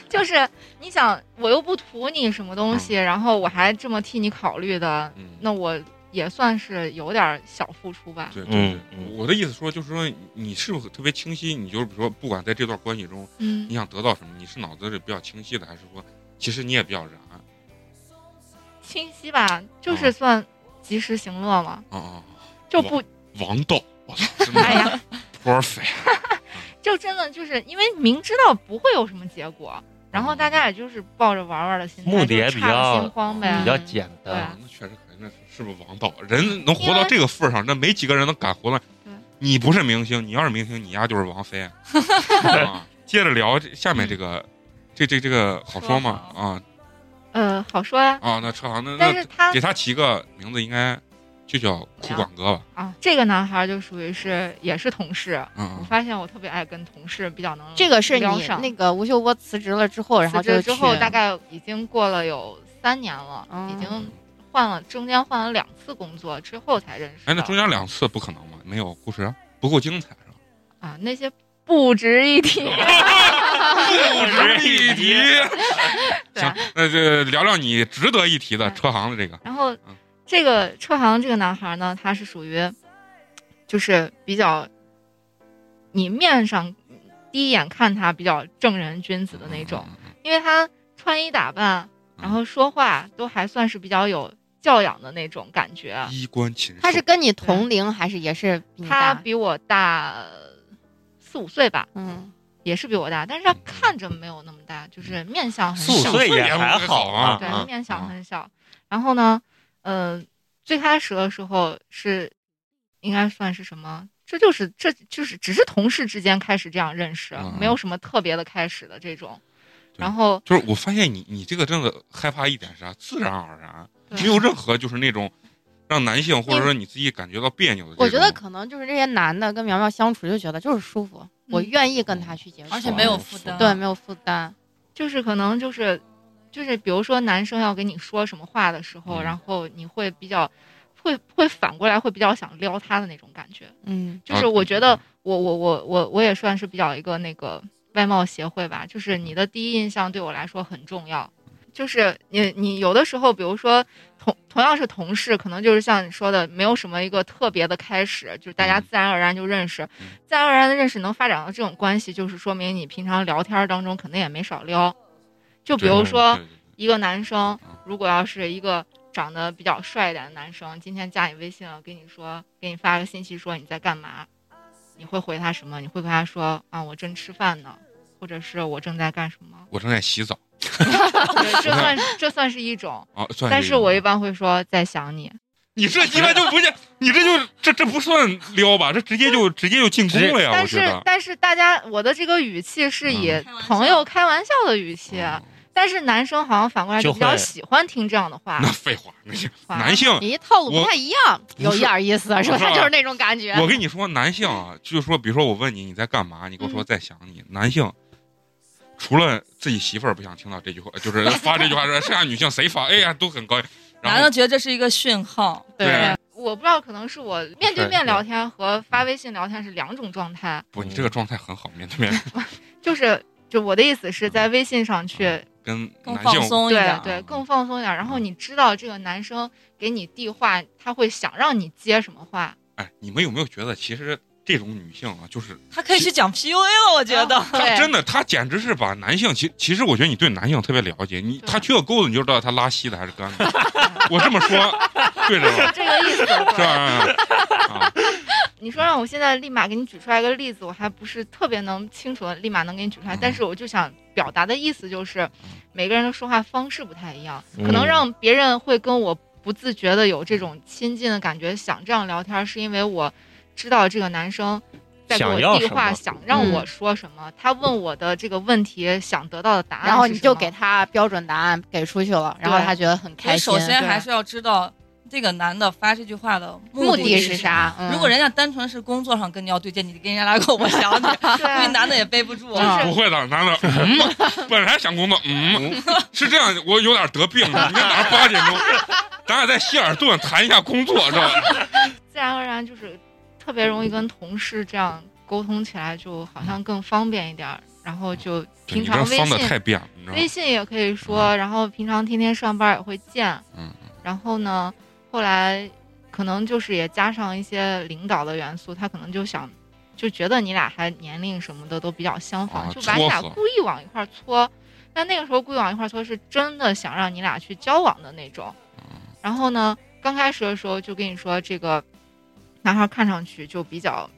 就是你想，我又不图你什么东西，然后我还这么替你考虑的，嗯那我也算是有点小付出吧。对对对嗯，嗯我的意思说就是说，你是不是特别清晰？你就是比如说，不管在这段关系中，你嗯，想得到什么，你是脑子是比较清晰的，还是说其实你也比较然？清晰吧，就是哦算及时行乐嘛，啊啊，就不 王道，我操，真的哎呀， ，perfect，就真的就是因为明知道不会有什么结果，然后大家也就是抱着玩玩的心态，嗯目的也就比差个较心慌呗。比较简单。啊那确实可以，那是不是王道？人能活到这个份儿上，那没几个人能敢活到对。你不是明星，你要是明星，你丫就是王 菲。啊接着聊这下面这嗯个，这这这个好说吗？车啊呃，好说呀、啊，那车行那但是那他给他起个名字，应该就叫酷管哥吧？啊，这个男孩就属于是也是同事。嗯我嗯。发现我特别爱跟同事比较能这个是你聊上那个吴秀波辞职了之后，然后辞职就之后去大概已经过了有三年了，哦已经换了中间换了两次工作之后才认识的。哎，那中间两次不可能吗？没有故事啊不够精彩是吧？啊那些不值一提，啊 不哎值一提。对啊嗯行，那就聊聊你值得一提的车行的这个。然后嗯这个车行这个男孩呢，他是属于就是比较你面上第一眼看他比较正人君子的那种，嗯啊因为他穿衣打扮，然后说话都还算是比较有教养的那种感觉。嗯衣冠禽兽。他是跟你同龄还是也是嗯比你他大？比我大呃四五岁吧，嗯，也是比我大，但是他看着没有那么大，就是面相嗯很四五小，岁也还好啊，对，啊面相很小。然后呢，呃，最开始的时候是应该算是什么？这就是这就是只是同事之间开始这样认识，嗯没有什么特别的开始的这种。对然后就是我发现你你这个真的害怕一点是啥？自然而然，对没有任何就是那种让男性或者说你自己感觉到别扭的这种。我觉得可能就是这些男的跟苗苗相处就觉得就是舒服，我愿意跟他去接触，嗯而且没有负担对没有负担，就是可能就是就是比如说男生要跟你说什么话的时候，嗯然后你会比较会会反过来会比较想撩他的那种感觉。嗯就是我觉得我我我我我也算是比较一个那个外貌协会吧，就是你的第一印象对我来说很重要。就是你你有的时候，比如说同同样是同事，可能就是像你说的，没有什么一个特别的开始，就是大家嗯自然而然就认识嗯，自然而然的认识能发展到这种关系，就是说明你平常聊天儿当中肯定也没少撩。就比如说对对对一个男生嗯，如果要是一个长得比较帅一点的男生，今天加你微信了，跟你说给你发个信息说你在干嘛，你会回他什么？你会跟他说啊，我正吃饭呢，或者是我正在干什 么？我正在洗澡对这算是这算是一种，啊，算但这是个我一般会说在想你。你这鸡巴就不是，你这就这这不算撩吧？这直接就直接就进攻了呀！我但觉是得，但是大家我的这个语气是以嗯朋友开玩笑的语气，嗯但是男生好像反过来就就比较会喜欢听这样的话那。废话，那 是哇男性。你一套路不我太一样，不有是一点意思，是 吧？不是就是那种感觉。我跟你说，男性啊，就是说，比如说我问你你在干嘛，你跟嗯我说在想你。男性除了自己媳妇儿不想听到这句话， 就是发这句话之外，剩下女性谁发，哎呀都很高兴。然男后的觉得这是一个讯号，对，我不知道，可能是我面对是面是聊天和发微信聊天是两种状态。不，你这个状态很好，面对 面就是就我的意思是在微信上去，跟更男放性松一对点。啊对，更放松一点。然后你知道这个男生给你递话，他会想让你接什 么话。哎，你们有没有觉得，其实这种女性啊， 就是他可以去讲 PUA 了，我觉得。她对真的，她简直是把男性，其其实我觉得你对男性特别了解，你对她撅个钩子你就知道她拉稀的还是干 的。我这么说对着吧？这个意思，是吧？对。啊，你说让我现在立马给你举出来一个例子，我还不是特别能清楚的立马能给你举出来，嗯但是我就想表达的意思就是，每个人的说话方式不太一样，嗯可能让别人会跟我不自觉的有这种亲近的感觉，想这样聊天，是因为我知道这个男生。在给想我要递什话，么想让我说什么？他问我的这个问题，想得到的答案是什么，然后你就给他标准答案给出去了，然后对他觉得很所开以心。首先对还是要知道这个男的发这句话的目的的是是啥？嗯如果人家单纯是工作上跟你要对接，你跟人家来个我想你，对因为啊，男的也背不住。就是不会的，男 的，嗯，本来想工作，嗯，是这样，我有点得 病了，你看晚上八点钟，咱俩在希尔顿谈一下工作，知道吧？自然而然就是特别容易跟同事这样沟通起来，就好像更方便一点儿。然后就对平你常这微方的信太变了，你知道微吗？信也可以说，然后平常天天上班也会见，嗯，然后呢，后来可能就是也加上一些领导的元素，他可能就想，就觉得你俩还年龄什么的都比较相仿，啊就把你俩撮合故意往一块儿搓。但那个时候故意往一块儿搓，是真的想让你俩去交往的那种。嗯然后呢，刚开始的时候就跟你说，这个男孩看上去就比较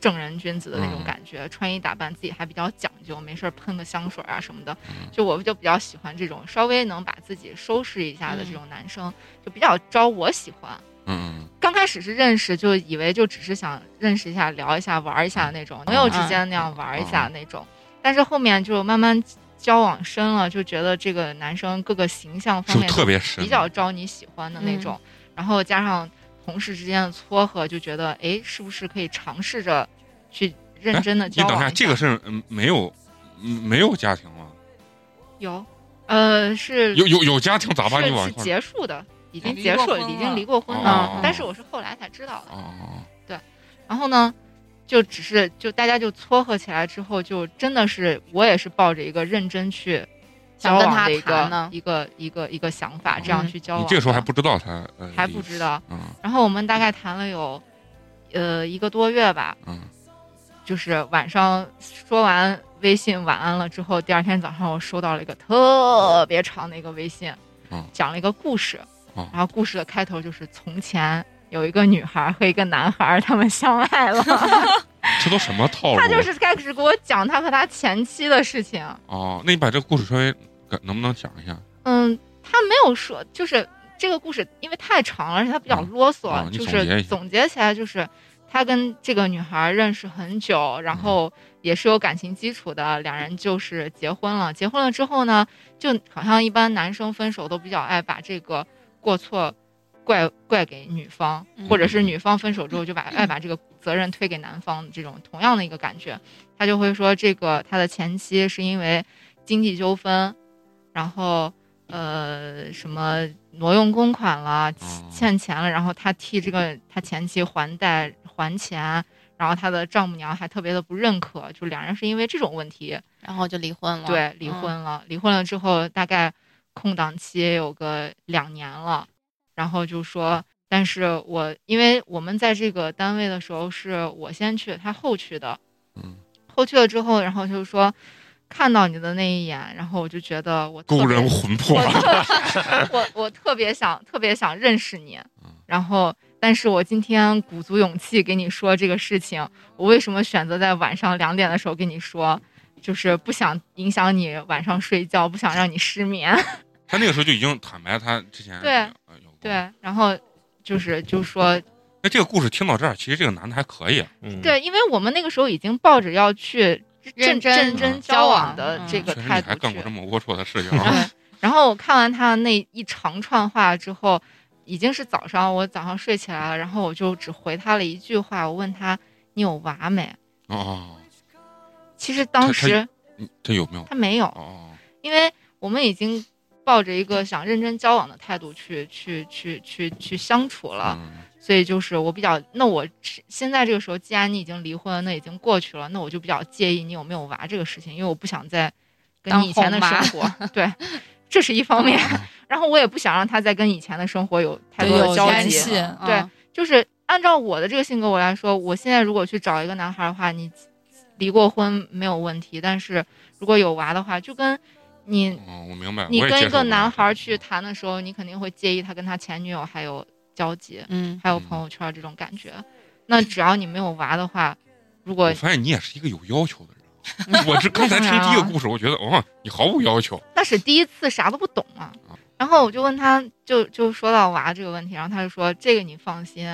正人君子的那种嗯感觉，穿衣打扮自己还比较讲究，没事儿喷个香水啊什么的嗯。就我就比较喜欢这种稍微能把自己收拾一下的这种男生，就比较招我喜欢。嗯，刚开始是认识，就以为就只是想认识一下、聊一下、玩一下那种，朋哦友之间那样玩一下那种。但是后面就慢慢交往深了，就觉得这个男生各个形象是不方是面特别都深？嗯比较招你喜欢的那种，然后加上同事之间的撮合，就觉得哎，是不是可以尝试着去认真的哎你交往等一下？下，这个是嗯没有嗯没有家庭了，有，呃，是有有有家庭咋办？你是往是一块儿结束的，已经离结过束，婚已经了离过婚哦了，嗯哦但是我是后来才知道的。哦，然后呢，就只是就大家就撮合起来之后，就真的是我也是抱着一个认真去交想跟往他的一谈个呢一个一个一个想法，嗯这样去交你往的。这个时候还不知道他呃还离不知道。嗯然后我们大概谈了有呃一个多月吧，嗯就是晚上说完微信晚安了之后，第二天早上我收到了一个特别长的一个微信，嗯讲了一个故事，哦然后故事的开头就是从前有一个女孩和一个男孩他们相 爱了，这都什么套路？他就是开始给我讲他和他前妻的事情，哦，那你把这个故事稍微给能不能讲一下？嗯，他没有说，就是这个故事因为太长了，而且他比较嗯啰嗦，哦你就总结一是下总结起来就是他跟这个女孩认识很久，嗯然后也是有感情基础的，两人就是结婚了。结婚了之后呢，就好像一般男生分手都比较爱把这个过错怪怪给女方，嗯或者是女方分手之后就把爱把这个责任推给男方，这种同样的一个感觉，他就会说这个他的前妻是因为经济纠纷，然后呃什么挪用公款了嗯，欠钱了，然后他替这个他前妻还贷还钱。然后他的丈母娘还特别的不认可，就两人是因为这种问题，然后就离婚了。嗯对，离婚了。离婚了之后，大概空档期也有个两年了，然后就说，但是我因为我们在这个单位的时候是我先去，他后去的，嗯，后去了之后，然后就说看到你的那一眼，然后我就觉得我特勾别人魂魄啊我。特我我特别想特别想认识你，嗯然后但是我今天鼓足勇气给你说这个事情，我为什么选择在晚上两点的时候跟你说，就是不想影响你晚上睡觉，不想让你失眠，他那个时候就已经坦白，他之前对呃有过。对，然后就是就嗯说那这个故事听到这儿，其实这个男的还可以，啊嗯，对，因为我们那个时候已经抱着要去认认嗯真认真交往的嗯这个嗯确实你态度还干去过这么龌龊的事 情啊！对，嗯然后我看完他的那一长串话之后，已经是早上，我早上睡起来了，然后我就只回他了一句话，我问他你有娃没？哦，其实他当时嗯这有没有？他没有，哦，因为我们已经抱着一个想认真交往的态度去去去去去相处了，嗯所以就是我比较，那我是现在这个时候，既然你已经离婚了，那已经过去了，那我就比较介意你有没有娃这个事情，因为我不想再跟当你以前的后生 妈活，对，这是一方面。然后我也不想让他再跟以前的生活有太多对的有交联集系，嗯对就是按照我的这个性格我来说，我现在如果去找一个男孩儿的话，你离过婚没有问题，但是如果有娃的话，就跟你哦，我明白。你我也跟接一受不个了男孩儿这去个，谈的时候，你肯定会介意他跟他前女友还有交集，嗯，还有嗯朋友圈这种感觉。那只要你没有娃的话，如果我发现你也是一个有要求的 人。啊我这刚才听第一个故事，我觉得哦，你毫无要求。那是第一次啥都不懂嘛啊。然后我就问他，就就说到娃这个问题，然后他就说：“这个你放心，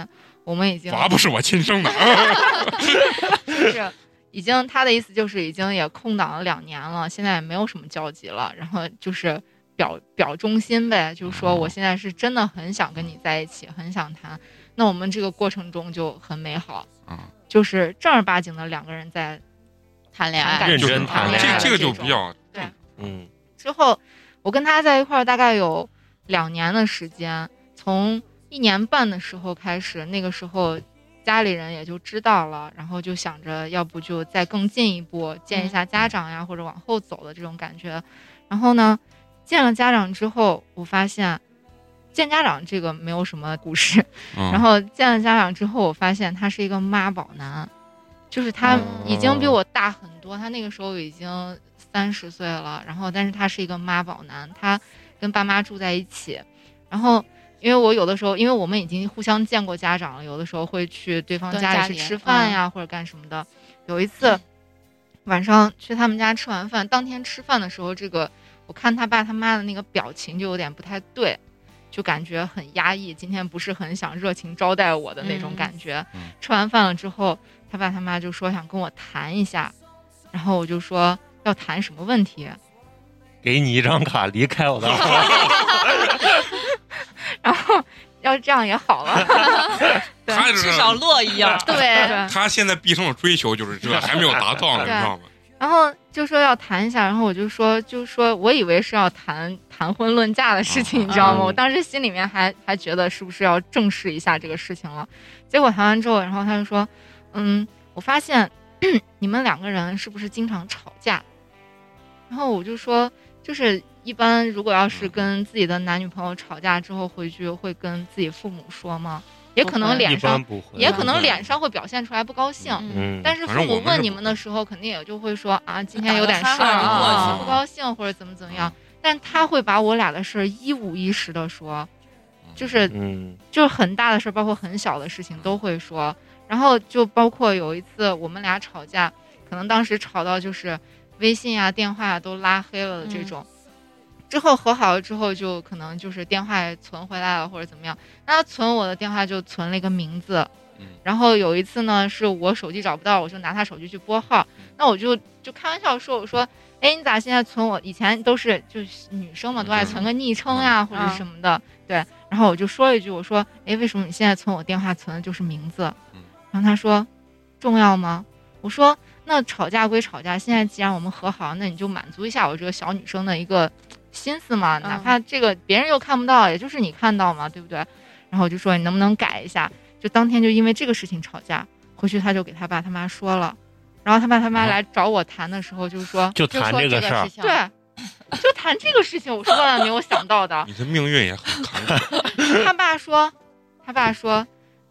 我们已经娃不是我亲生的， 啊就是已经他的意思就是已经也空档了两年了，现在也没有什么交集了，然后就是表表忠心呗，就是说哦我现在是真的很想跟你在一起，很想谈，那我们这个过程中就很美好，啊就是正儿八经的两个人在谈恋谈爱感认情真谈恋恋爱这这个的这就种比较嗯，之后，我跟他在一块儿大概有两年的时间，从一年半的时候开始，那个时候家里人也就知道了，然后就想着要不就再更进一步见一下家长呀，或者往后走的这种感觉。然后呢，见了家长之后，我发现见家长这个没有什么故事，嗯然后见了家长之后，我发现他是一个妈宝男，就是他哦已经比我大很多，他那个时候已经三十岁了，然后但是他是一个妈宝男，他跟爸妈住在一起，然后。因为我有的时候，因为我们已经互相见过家长了，有的时候会去对方对家家里里嗯去吃饭呀，或者干什么的。有一次晚上去他们家吃完饭，当天吃饭的时候，这个我看他爸他妈的那个表情就有点不太对，就感觉很压抑，今天不是很想热情招待我的那种感觉。嗯嗯吃完饭了之后，他爸他妈就说想跟我谈一下，然后我就说要谈什么问题，给你一张卡，离开 我的话，然后要这样也好了，他这至少乐一样。对。对他现在毕生的追求就是这，还没有达到 呢，你对知道吗？然后就说要谈一下，然后我就说，就说我以为是要谈谈婚论嫁的事情，啊你知道吗？嗯我当时心里面还还觉得是不是要正视一下这个事情了。结果谈完之后，然后他就说，嗯，我发现 你们两个人是不是经常吵架？然后我就说，就是一般如果要嗯是跟自己的男女朋友吵架之后回去，会跟自己父母说吗？也可能不会一脸般上，不会，也可能脸上会表现出来不高兴。嗯，但是反父正我母们是问不你会们的时候，肯定也就会说啊，今天打有个点哈事儿哈就过啊，去不高兴或者怎么怎么样。但他会把我俩的事儿一五一十的说，就是嗯就是很大的事儿，包括很小的事情都会说。然后就包括有一次我们俩吵架，可能当时吵到就是微信啊、电话啊都拉黑了的这种。之后和好了之后，就可能就是电话也存回来了或者怎么样。那他存我的电话就存了一个名字嗯，然后有一次呢是我手机找不到，我就拿他手机去拨号，那我就就开玩笑说我说。哎，你咋现在存我？以前都是就是女生嘛，都爱存个昵称呀、或者什么的，对。然后我就说了一句，我说，哎，为什么你现在存我电话存的就是名字？嗯然后他说，重要吗？我说，那吵架归吵架，现在既然我们和好，那你就满足一下我这个小女生的一个心思嘛，哪怕这个别人又看不到，也就是你看到嘛，对不对？然后我就说你能不能改一下？就当天就因为这个事情吵架，回去他就给他爸他妈说了，然后他爸他妈啊来找我谈的时候就说，就就谈说这这个事儿事，情，对，就谈这个事情，我是万万没有想到的。你的命运也很坎坷。他爸说，他爸说，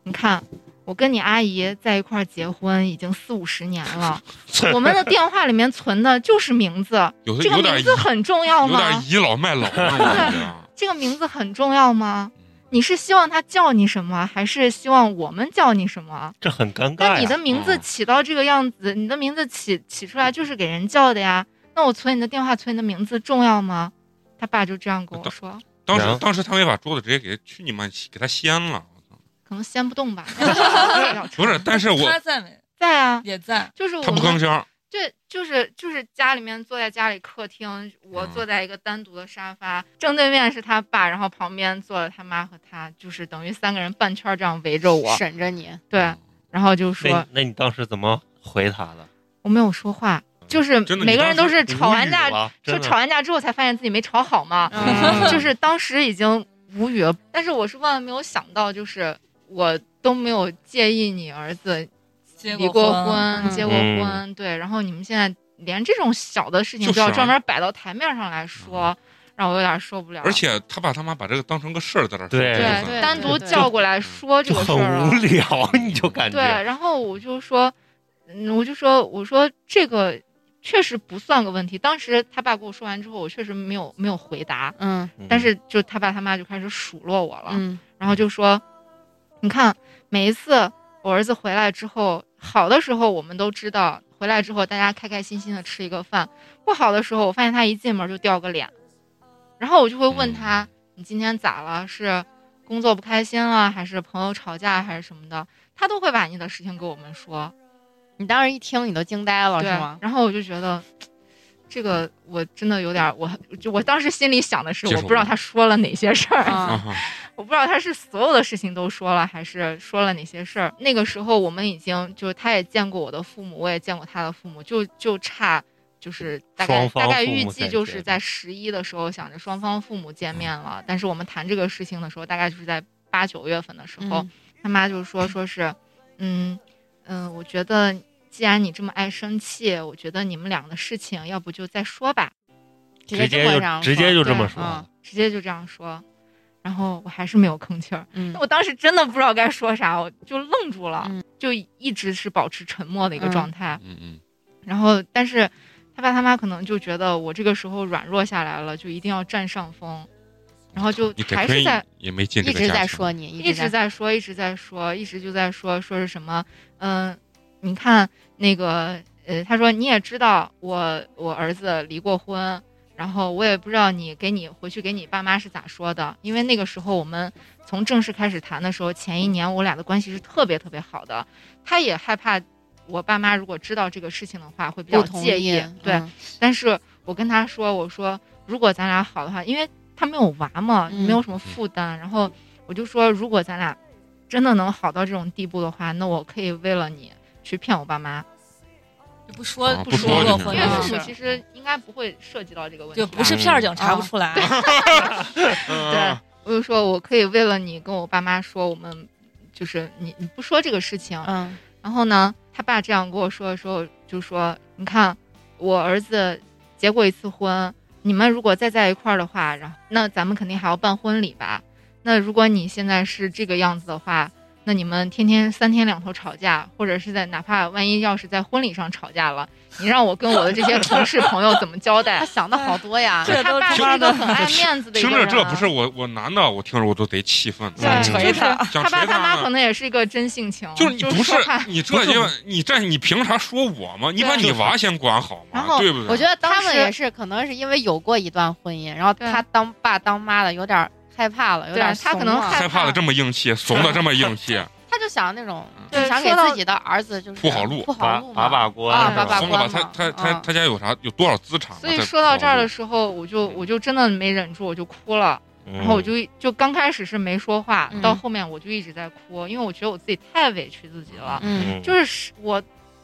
你看，我跟你阿姨在一块儿结婚已经四五十年了，我们的电话里面存的就是名字，有的这个有点名字很重要有点吗？倚老卖老了，我感觉 啊。这个名字很重要吗？你是希望他叫你什么，还是希望我们叫你什么？这很尴尬那呀。你的名字嗯起到这个样子，你的名字起起出来就是给人叫的呀。那我存你的电话，存你的名字重要吗？他爸就这样跟我说，当然时后当时他没把桌子直接给去你妈给他掀了，可能掀不动吧。 要不是，但是我他在没？在啊，也在，就是我他不吭们声儿，对，就是就是家里面坐在家里客厅，我嗯坐在一个单独的沙发，正对面是他爸，然后旁边坐了他妈和他，就是等于三个人半圈这样围着我。审着你，嗯对，然后就那说那你当时怎么回他的？我没有说话，就是嗯真的每个人都是吵完架就就吵完架之后才发现自己没吵好嘛，嗯就是当时已经无语了。但是我是万万没有想到，就是我都没有介意你儿子结离过婚，结嗯过嗯婚，对，然后你们现在连这种小的事情就是都啊要专门摆到台面上来说，让我有点受不了。而且嗯他爸他妈把这个当成个事儿在这儿说，对这对就算对单独叫过来说这就个事很儿无了，聊，你就感对，觉然后我就说，嗯，我就说，我说这个确实不算个问题。当时他爸跟我说完之后，我确实没有没有回答，嗯但是就他爸他妈就开始数落我了，嗯，然后就说，你看每一次我儿子回来之后，好的时候我们都知道回来之后大家开开心心的吃一个饭，不好的时候我发现他一进门就掉个脸，然后我就会问他、你今天咋了？是工作不开心了，还是朋友吵架，还是什么的？他都会把你的事情给我们说，你当时一听你都惊呆了对哦是吗？然后我就觉得。这个我真的有点儿，我就我当时心里想的是，接受我不知道不了他说了哪些事儿，啊啊，哈，我不知道他是所有的事情都说了，还是说了哪些事儿。那个时候我们已经就是他也见过我的父母，我也见过他的父母，就就差就是大概双方大概父预母计再就是见嗯在十一的时候想着双方父母见面了，但是我们谈这个事情的时候，大概就是在八九月份的时候，嗯他妈就说说是，嗯嗯、我觉得既然你这么爱生气，我觉得你们俩的事情要不就再说吧。嗯直直接这么就让直接就这么对说嗯，直接就这样说，然后我还是没有吭气儿。嗯我当时真的不知道该说啥，我就愣住了，嗯就一直是保持沉默的一个状态。嗯嗯，然后，但是他爸他妈可能就觉得我这个时候软弱下来了，就一定要占上风，然后就你得还是亏在也没进这一个直家在庭说你，一直在在说，一直在说，一直就在说，说是什么？嗯、你看那个，呃，他说你也知道我我儿子离过婚，然后我也不知道你给你回去给你爸妈是咋说的，因为那个时候我们从正式开始谈的时候，前一年我俩的关系是特别特别好的，他也害怕我爸妈如果知道这个事情的话会比较不同介意意，，对，嗯但是我跟他说，我说如果咱俩好的话，因为他没有娃嘛，嗯没有什么负担，然后我就说，如果咱俩真的能好到这种地步的话，那我可以为了你去骗我爸妈，就不说啊不说说就过婚因嗯行的为父事母儿，其实应该不会涉及到这个问题哦就吧，不是片儿警查啊不出来。对，嗯我就说我可以为了你跟我爸妈说，我们就是你你不说这个事情，嗯然后呢，他爸这样跟我说的时候，就说：“你看，我儿子结过一次婚，你们如果再在一块儿的话，然后那咱们肯定还要办婚礼吧？那如果你现在是这个样子的话，那你们天天三天两头吵架，或者是在哪怕万一要是在婚礼上吵架了，你让我跟我的这些同事朋友怎么交代他？” 想的好多 呀，这他都爸是是一个很爱面子的一听个人着啊，这不是我我男的，我听着我都得气愤。对嗯想就锤是他想他爸锤他他妈呢可能也是一个真性情，啊就是你就不是说话你这就你这你凭啥说我吗？你把对你娃先管好然嘛，后啊对不对？我觉得他当们时也是，可能是因为有过一段婚姻，然后对他当爸当妈的有点害怕了，有点对他怂可能了害害怕的这么硬气，怂的这么硬 气，他就想那种嗯，就对想给说到自己的儿子就是铺好路铺好把路把嘛。把锅啊是把吧把疯了吧？关他嘛他他嗯他家有啥有多少资产嘛？所以在嗯说到这儿的时时候，我就我就真的没忍住，我就哭了。嗯然后我就就刚开始是没说话，嗯到后面我就一直在哭，因为我觉得我自己太委屈自己了。嗯，嗯就是我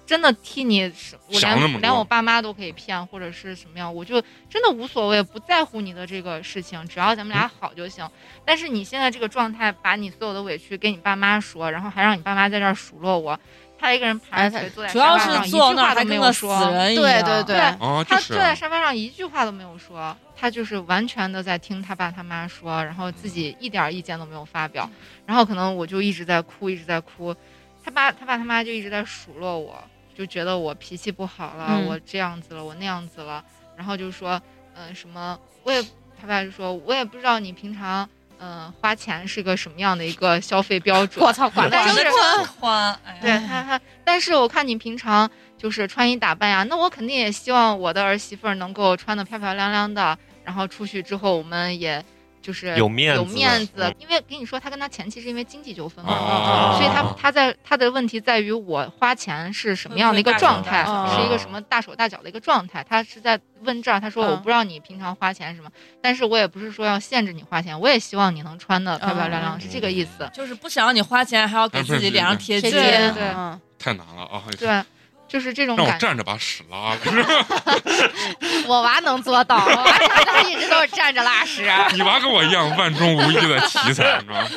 真的替你是，我想那么多连连我爸妈都可以骗，或者是什么样，我就真的无所谓，不在乎你的这个事情，只要咱们嗯俩好就行。但是你现在这个状态，把你所有的委屈给你爸妈说，然后还让你爸妈在这儿数落我，他一个人盘着腿坐在哎主要沙发上是坐一句那话儿都还没跟有个死说，人一对样。对对，啊，就他是坐在沙发上一句话都没有说，他就是完全的在听他爸他妈说，然后自己一点意见都没有发表，然后可能我就一直在哭，一直在哭，他爸他爸他妈就一直在数落我，就觉得我脾气不好了，嗯我这样子了，我那样子了，然后就说，嗯、什么，我也他爸就说，我也不知道你平常，嗯、花钱是个什么样的一个消费标准，我操，管管但得是得真宽，哎呀对他他，但是我看你平常就是穿衣打扮呀，那我肯定也希望我的儿媳妇儿能够穿的漂漂亮亮的，然后出去之后我们也就是有面有子面子，嗯因为跟你说，他跟他前妻是因为经济纠纷嘛，啊，嗯所以他他在他的问题在于我花钱是什么样的一个状态，会不是一会大手大脚个什么大手大脚的一个状态。他是在问这儿，他说嗯我不知道你平常花钱什么，但是我也不是说要限制你花钱，我也希望你能穿的漂漂啊亮亮，是这个意思。就是不想让你花钱，还要哎给自己脸上贴金。贴金 对嗯太难了啊，对，就是这种让我感觉。站着把屎拉了， 我娃能做到，我娃现在一直都是站着拉屎。你娃跟我一样万中无一的奇才，你知道 吗？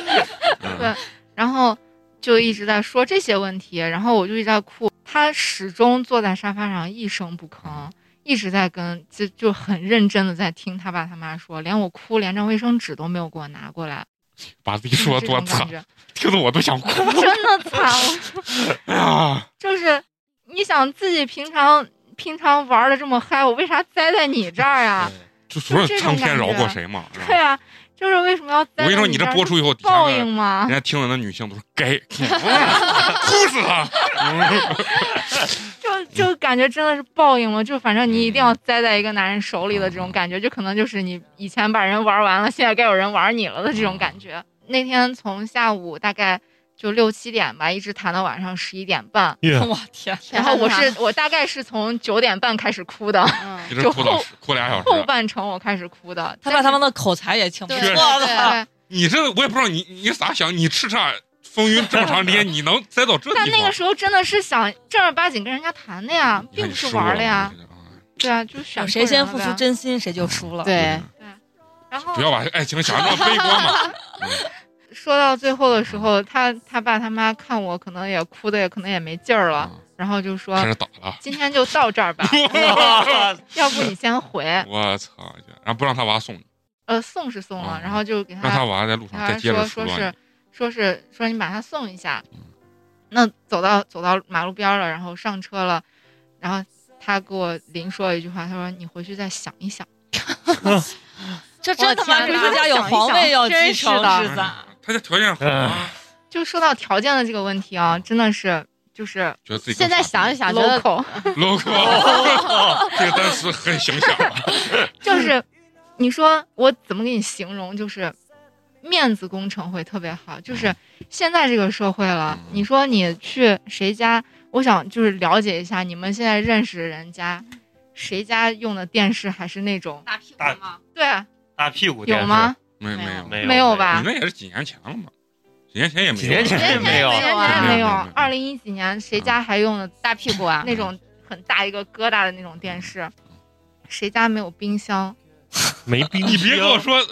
嗯然后就一直在说这些问题，然后我就一直在哭。他始终坐在沙发上一声不吭，嗯一直在跟就就很认真的在听他爸他妈说，连我哭连张卫生纸都没有给我拿过来，把自己就是说这多种惨感，觉，听得我都想哭。真的惨，我 哎呀，就是你想自己平常平常玩的这么嗨，我为啥栽在你这儿啊？就所有就这种苍天感觉饶过谁嘛？是吧对啊，就是为什么要嗯我跟你栽在说，你这这儿播出以后，底下报的应人吗？家听了的女性都说该， 哭死 他！嗯就就感觉真的是报应了，就反正你一定要栽在一个男人手里的这种感觉，就可能就是你以前把人玩完了，现在该有人玩你了的嗯这种感觉。那天从下午大概就六七点吧，一直谈到晚上十一点半，嗯 我天，然后我是我大概是从九点半开始哭哦的，嗯一直就哭到后哭俩小 后时。半程我开始哭的。他把他们的口才也请不对确错实 了。对，你这我也不知道你你咋想，你叱咤风云这么长 时间，你能栽到这但地那个方？时候真的是想正儿八经跟人家谈的呀，并不是玩的呀你。看你失落了。对啊，就选谁先付错人出了呗。真心，谁就输了。嗯对，然后不要把爱情想得那么悲观 嘛。说到最后的时嗯候，他他爸他妈看我可能也哭的也可能也没劲儿了，嗯然后就说开始打了，今天就到这儿 吧，要不你先回。我操！然后不让他娃送你，呃，送是送了，嗯然后就给让他他，娃在路上再他接着说数哎落说是你。嗯说是说你把他送一下。那走到走到马路边儿了，然后上车了，然后他给我临说了一句话，他说你回去再想一想。这真他妈我是天哪他家有皇位要继承真是咋？他家条件好啊，就说到条件的这个问题啊，真的是就是觉得自己现在想一想，觉得 local， local 这个单词很形象啊。就是你说我怎么给你形容？就是面子工程会特别好。嗯就是现在这个社会了，嗯你说你去谁家，我想就是了解一下你们现在认识人家，谁家用的电视还是那种大屁股大 吗？对啊大屁股电有视吗？？没没有有，没没有吧你那也是几年前了嘛？几年前也没有，几年前也没有几年前也没有没有没有，二零一几年嗯谁家还用的大屁股啊？那种很大一个疙瘩的那种电视？嗯谁家没有冰箱？没冰箱， 你别跟我说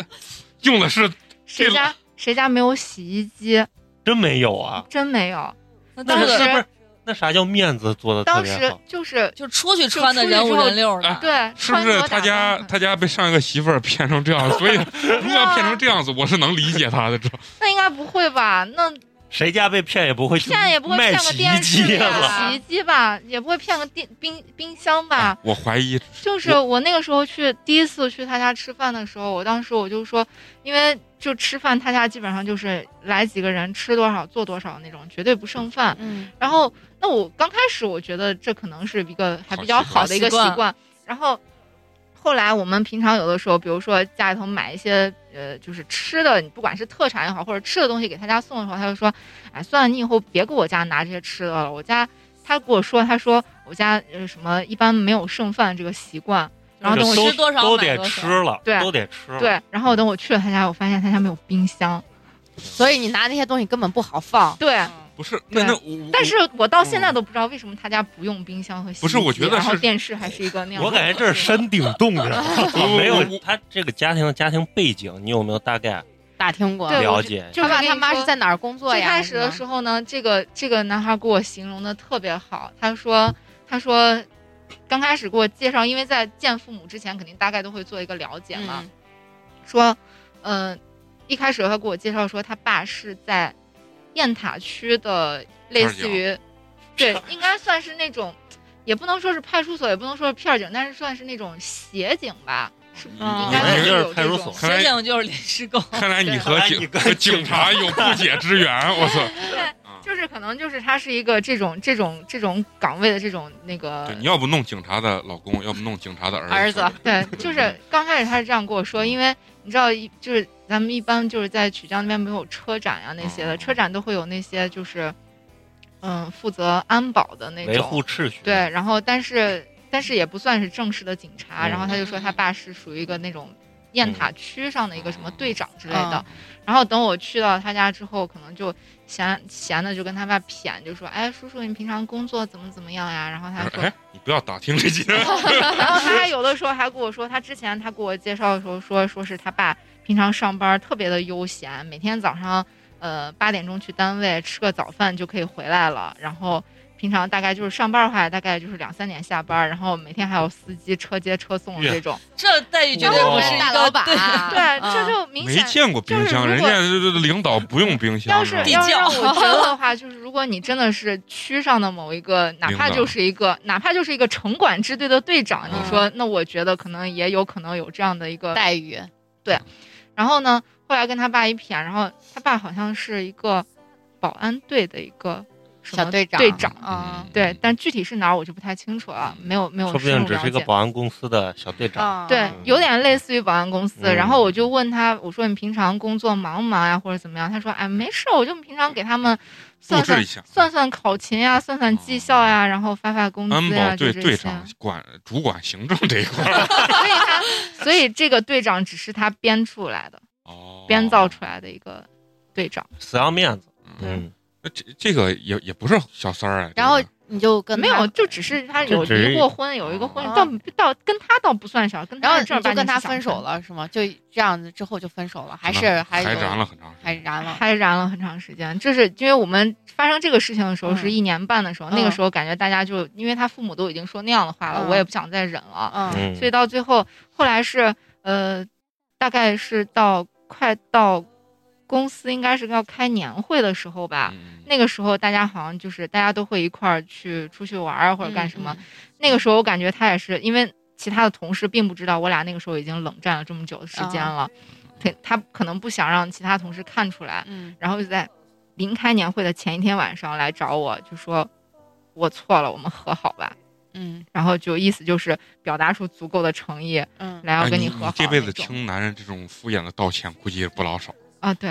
用的是谁家谁家没有洗衣机？真没有啊！真没有。那那当是时不是？那啥叫面子做的特当别时好？就是就出去穿的人五人六的，对，是不是穿着他打扮啊家很他家被上一个媳妇儿骗成这样， 所以如果要骗成这样子，我是能理解他的，知道吗？那应该不会吧？那谁家被骗也不会去骗也不会卖骗个洗衣电视机了。呀、洗衣机吧，也不会骗个电冰冰箱哎吧？ 我怀疑就是我那个时候去第一次去他家吃饭的时候，我当时我就说，因为就吃饭他家基本上就是来几个人吃多少做多少那种，绝对不剩饭。嗯，然后那我刚开始我觉得这可能是一个还比较好的一个习好习惯，然后后来我们平常有的时候，比如说家里头买一些呃就是吃的，你不管是特产也好，或者吃的东西给他家送的时候，他就说，哎，算了，你以后别给我家拿这些吃的了，我家他跟我说，他说我家呃什么一般没有剩饭这个习惯， 然后就等我都吃多少都买得多少吃了，对都得吃了。对，然后等我去了他家，我发现他家没有冰箱，所以你拿那些东西根本不好放。对。啊不是，那那我我但是我到现在都不知道为什么他家不用冰箱和洗衣机，不是我觉得然后是电视还是一个那样。我感觉这是山顶洞着， 没我有我他这个家庭的家庭背景，你有没有大概打听过。对我了就解？就是他爸跟他你妈说是在哪儿工作最呀？嗯开始的时候呢，这个这个男孩给我形容的特别好，他说他说刚开始给我介绍，因为在见父母之前肯定大概都会做一个了解什嘛，么，说嗯、呃一开始他给我介绍说他爸是在雁塔区的类 似于对，应该算是那种。也不能说是派出所，也不能说是片儿警，但是算是那种协警吧，是嗯应你们该也是就是有这派出种所，看学来警就是临时工，看来你和看来你警跟和警警察有不解之缘，我 操！对啊就是可能就是他是一个这种这种这种岗位的这种那个对，你要不弄警察的老公，要不弄警察的儿儿 子对，就是刚开始他是这样跟我说，因为你知道一，就是咱们一般就是在曲江那边没有车展呀、那些哦的，嗯车展都会有那些就是，嗯，负责安保的那种维护秩序。对，，然后但是但是也不算是正式的警察，嗯然后他就说他爸是属于一个那种雁塔区上的一个什么队长之类哦的，嗯然后等我去到他家之后，可能就闲闲的就跟他爸谝，就说哎叔叔你平常工作怎么怎么样呀？然后他说哎，你不要打听这些，然后他还有的时候还跟我说，他之前他给我介绍的时候说，说是他爸平常上班特别的悠闲，每天早上呃八点钟去单位吃个早饭就可以回来了，然后平常大概就是上班的话，大概就是两三点下班，然后每天还有司机车接车送呀这种，这待遇绝对不是一大个老板对啊，对，嗯这就 明没显。见过冰箱，就是人如果家这这这领导不用冰箱，要是知道要吗是地窖让我觉得的话，就是如果你真的是区上的某一个，哪怕领导就是一个，哪怕就是一个城管支队的队长，嗯你说，那我觉得可能也有可能有这样的一个嗯待遇，然后呢，后来跟他爸一谝，然后他爸好像是一个保安队的一个什么小队长队长，嗯对，但具体是哪儿我就不太清楚了，没有没有说不哦深定入只了是一个解。哦保安公司的小队长。嗯对，有点类似于保安公司。嗯然后我就问他，我说你平常工作忙不忙呀，或者怎么样？他说，哎，没事儿，我就平常给他们算布置算一下。算算考勤呀，算算绩效呀，然后发发工安资呀，保嗯啊就队这队些。长管主管行政这一块 儿，所以他，所以这个队长只是他编出来的、哦编造出来的一个队长。死要面子。嗯，，那这这个也也不是小三儿啊。然后你就跟没他有，就只是他就有只是离过婚，有一个婚啊哦，倒倒跟他倒不算啥，跟然后他你正儿就八经跟他是想分手分，了是吗？就这样子之后就分手了，还可是能还还有燃了很长时还间，燃了？还燃了很长时间。这是因为我们发生这个事情的时候嗯是一年半的时候，嗯那个时候感觉大家就因为他父母都已经说那样的话了，嗯我也不想再忍了，嗯嗯，哦所以到最后后来是呃，大概是到快到公司应该是要开年会的时候吧。嗯那个时候，大家好像就是大家都会一块儿去出去玩儿啊，或者干什么。嗯？嗯那个时候我感觉他也是因为其他的同事并不知道我俩那个时候已经冷战了这么久的时间啊了，他他可能不想让其他同事看出来，嗯，然后就在临开年会的前一天晚上来找我，就说我错了，我们和好吧。嗯然后就意思就是表达出足够的诚意嗯，来要哎跟你和好那种、这辈子听男人这种敷衍的道歉，估计不老少。啊，对，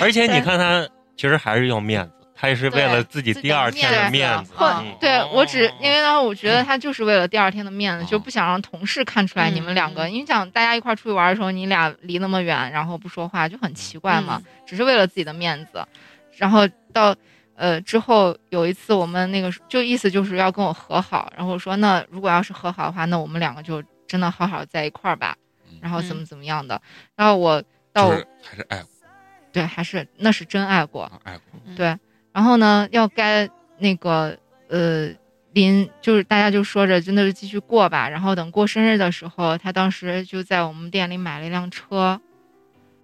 而且你看他其实还是要面子，他也是为了自己第二天的面子。啊或、嗯对我只因为为呢，我觉得他就是为了第二天的面子，嗯就不想让同事看出来你们两个。嗯因为想大家一块儿出去玩的时候，你俩离那么远，然后不说话就很奇怪嗯嘛，只是为了自己的面子。然后到呃之后有一次我们那个就意思就是要跟我和好，然后我说那如果要是和好的话，那我们两个就真的好好在一块儿吧，然后怎么怎么样的。然后我到嗯就我、是还是爱过对还是那是真爱过，啊，爱过。然后呢，要该那个呃，临就是大家就说着，真的就继续过吧。然后等过生日的时候，他当时就在我们店里买了一辆车，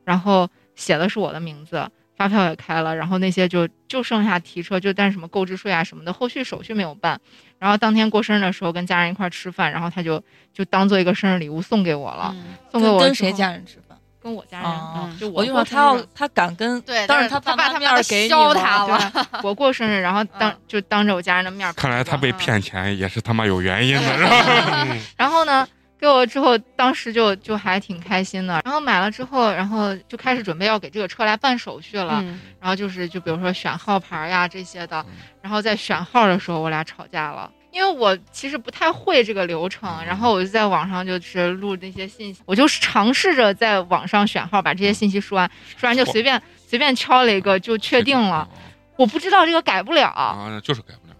然后写的是我的名字，发票也开了，然后那些就就剩下提车，就但是什么购置税啊什么的，后续手续没有办。然后当天过生日的时候，跟家人一块儿吃饭，然后他就就当做一个生日礼物送给我了，嗯送给我跟之后谁？家人吃饭？跟我家人。哦，就我就说过他生日要他敢跟，对当但着是他爸爸他面妈儿都给你削了他了对我过生日，然后当、嗯就当着我家人的面儿看来他被嗯骗钱也是他妈有原因 的，是吧？嗯然后呢，给我之后，当时就就还挺开心的。然后买了之后，然后就开始准备要给这个车来办手续了。嗯然后就是就比如说选号牌呀这些的嗯。然后在选号的时候，我俩吵架了。因为我其实不太会这个流程，嗯然后我就在网上就是嗯录那些信息，我就尝试着在网上选号把这些信息说完，说完就随便随便敲了一个就 确定了。我不知道这个改不了，嗯啊，就是改不了。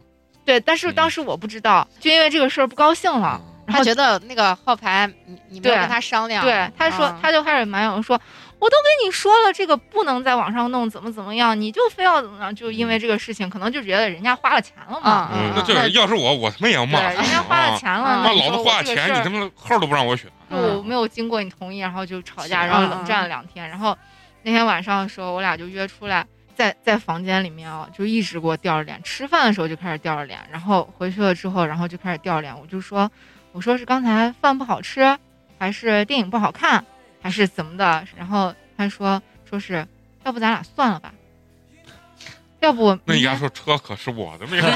对，但是当时我不知道，就因为这个事儿不高兴了。嗯后他觉得那个号牌你你没有对跟他商量，对，他说嗯他就开始埋怨我说，我都跟你说了，这个不能在网上弄，怎么怎么样，你就非要怎么样，就嗯因为这个事情，可能就觉得人家花了钱了嘛，嗯那这个要是我，我他妈也要啊对骂，他。人家花了啊钱了，啊那你老说子我花了这个钱，事你儿他妈号都不让我选，就我没有经过你同意，然后就吵架，是然后嗯冷战了两天，然后那天晚上的时候，我俩就约出来，在在房间里面啊，就一直给我吊着脸，吃饭的时候就开始吊着脸，然后回去了之后，然后就开始吊着脸，我就说，我说是刚才饭不好吃，还是电影不好看，还是怎么的，然后他说说是，要不咱俩算了吧，要不我那你明跟他天说车可是我 的名字，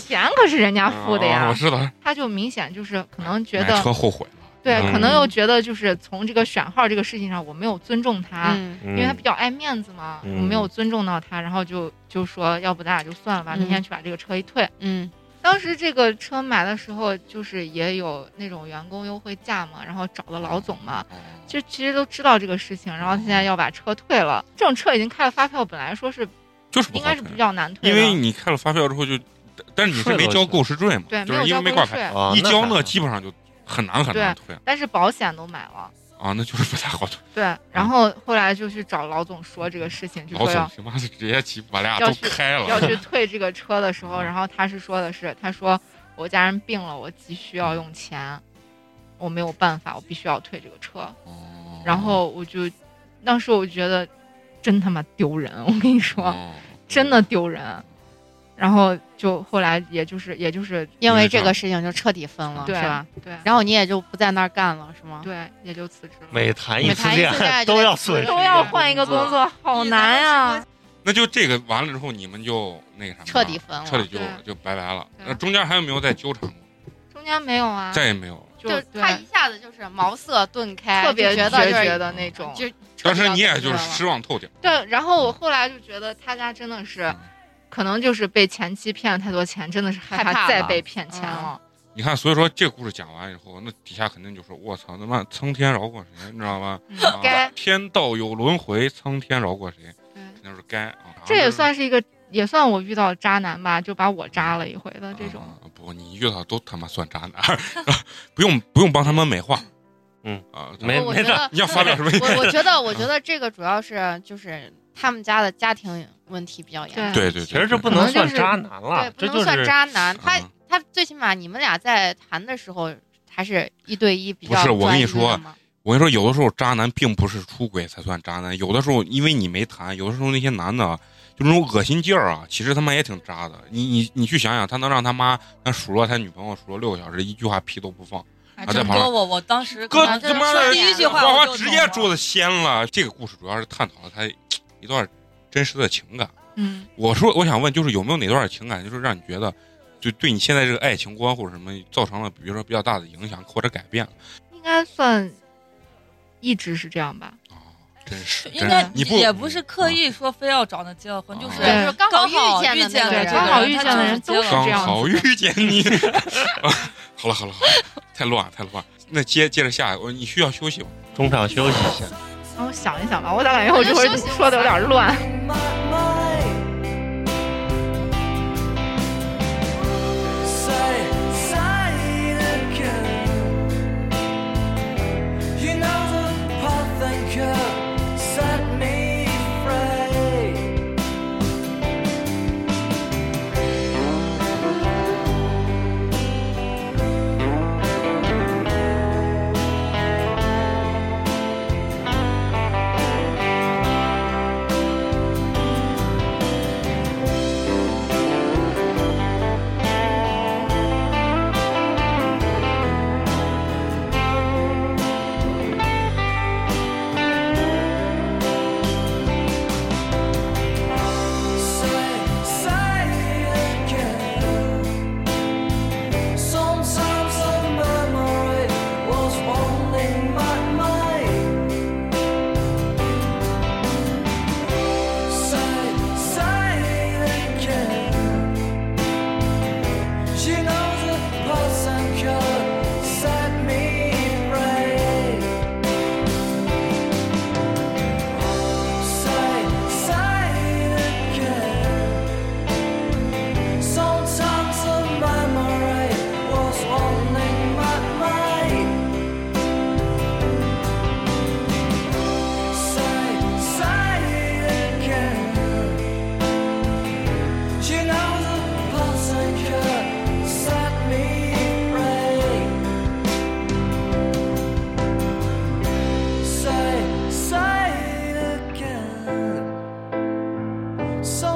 钱可是人家付的啊呀我，知道，他就明显就是可能觉买得。车后悔了，对，嗯可能又觉得就是从这个选号这个事情上，我没有尊重他，嗯因因为他比较爱面子嘛，嗯我没有尊重到他，然后就就说要不咱俩就算了吧，嗯明天去把这个车一退。嗯当时这个车买的时候，就是也有那种员工优惠价嘛，然后找的老总嘛，哦就其实都知道这个事情，然后他现在要把车退了，这种车已经开了发票，本来说是就是不应好该是看比较难退因的，为你开了发票之后就，但但是你是没交购置税嘛，对就没是有因为交没过挂牌，税，哦一交还那好基本上就很难很难退但是保险都买了。啊，那就是不太好退。对，然后后来就去找老总说这个事情，就嗯老说要总他妈的直接起把俩要都去开 要了，去退这个车的时候，然后他是说的是，他说我家人病了，我急需要用钱，我没有办法，我必须要退这个车。哦然后我就，当时我觉得真他妈丢人，我跟你说，哦真的丢人。然后就后来也就是也就是因为这个事情就彻底分了，对啊是吧？对，嗯然后你也就不在那儿干了，是吗？对也就辞职了，每谈每一次谈一次恋恋爱爱就都得要辞损职失都要换一个工作，好难啊呀。那就这个完了之后，你们就那个啥嘛，彻底分了彻底就对就拜拜了。对啊那中间还有没有再纠缠过？中间没有啊，再也没有了。就就对他一下子就是茅塞顿开，特别就决觉得绝就是的那种，就彻当底时要你也分就是了失望透顶。对，然后我后来就觉得他家真的是嗯，可能就是被前妻骗了太多钱，真的是害害怕怕再了被骗钱了。嗯你看，所以说这故事讲完以后，那底下肯定就说：“我操，他妈苍天饶过谁？”你知道吗？嗯啊该天道有轮回，苍天饶过谁？嗯肯定是该啊。这也算是一个，也算我遇到渣男吧，就把我渣了一回的这种。啊不，你遇到都他妈算渣男， 不用不用帮他们美化。嗯啊，没我没觉的呃得你 要发表什么意见 我我觉得，我觉得这个主要是就是他们家的家庭问题比较严重。对对，其实这不可能能就算是渣男了对，，不这就能算是渣男。他嗯他最起码你们俩在谈的时候还是一对一比较不是我跟你专一的嘛我跟你说，有的时候渣男并不是出轨才算渣男，有的时候因为你没谈，有的时候那些男的啊就那种恶心劲儿啊，其实他妈也挺渣的。你你你去想想，他能让他妈他数落他女朋友数落六个小时，一句话屁都不放，还在真旁边啊多我我当时哥可能他就是妈说的第一句话花我花就直接懂桌子了掀了。这个故事主要是探讨了他一段真实的情感。嗯，我说我想问，就是有没有哪段情感，就是让你觉得，就对你现在这个爱情观或者什么造成了，比如说比较大的影响或者改变应该算一直是这样吧。啊、真是，应真该是你不也不是刻意说非要找那结了婚，啊就是对，就是刚刚好遇遇见见的那个了这对人刚个好人遇他见的就是结人都了是这刚样好子遇的见你。 好了好了好了，太乱太乱。那接接着下，我你需要休息吗？中场休息一下。让我想一想吧，我咋感觉我这会儿说的有点乱。 Say, So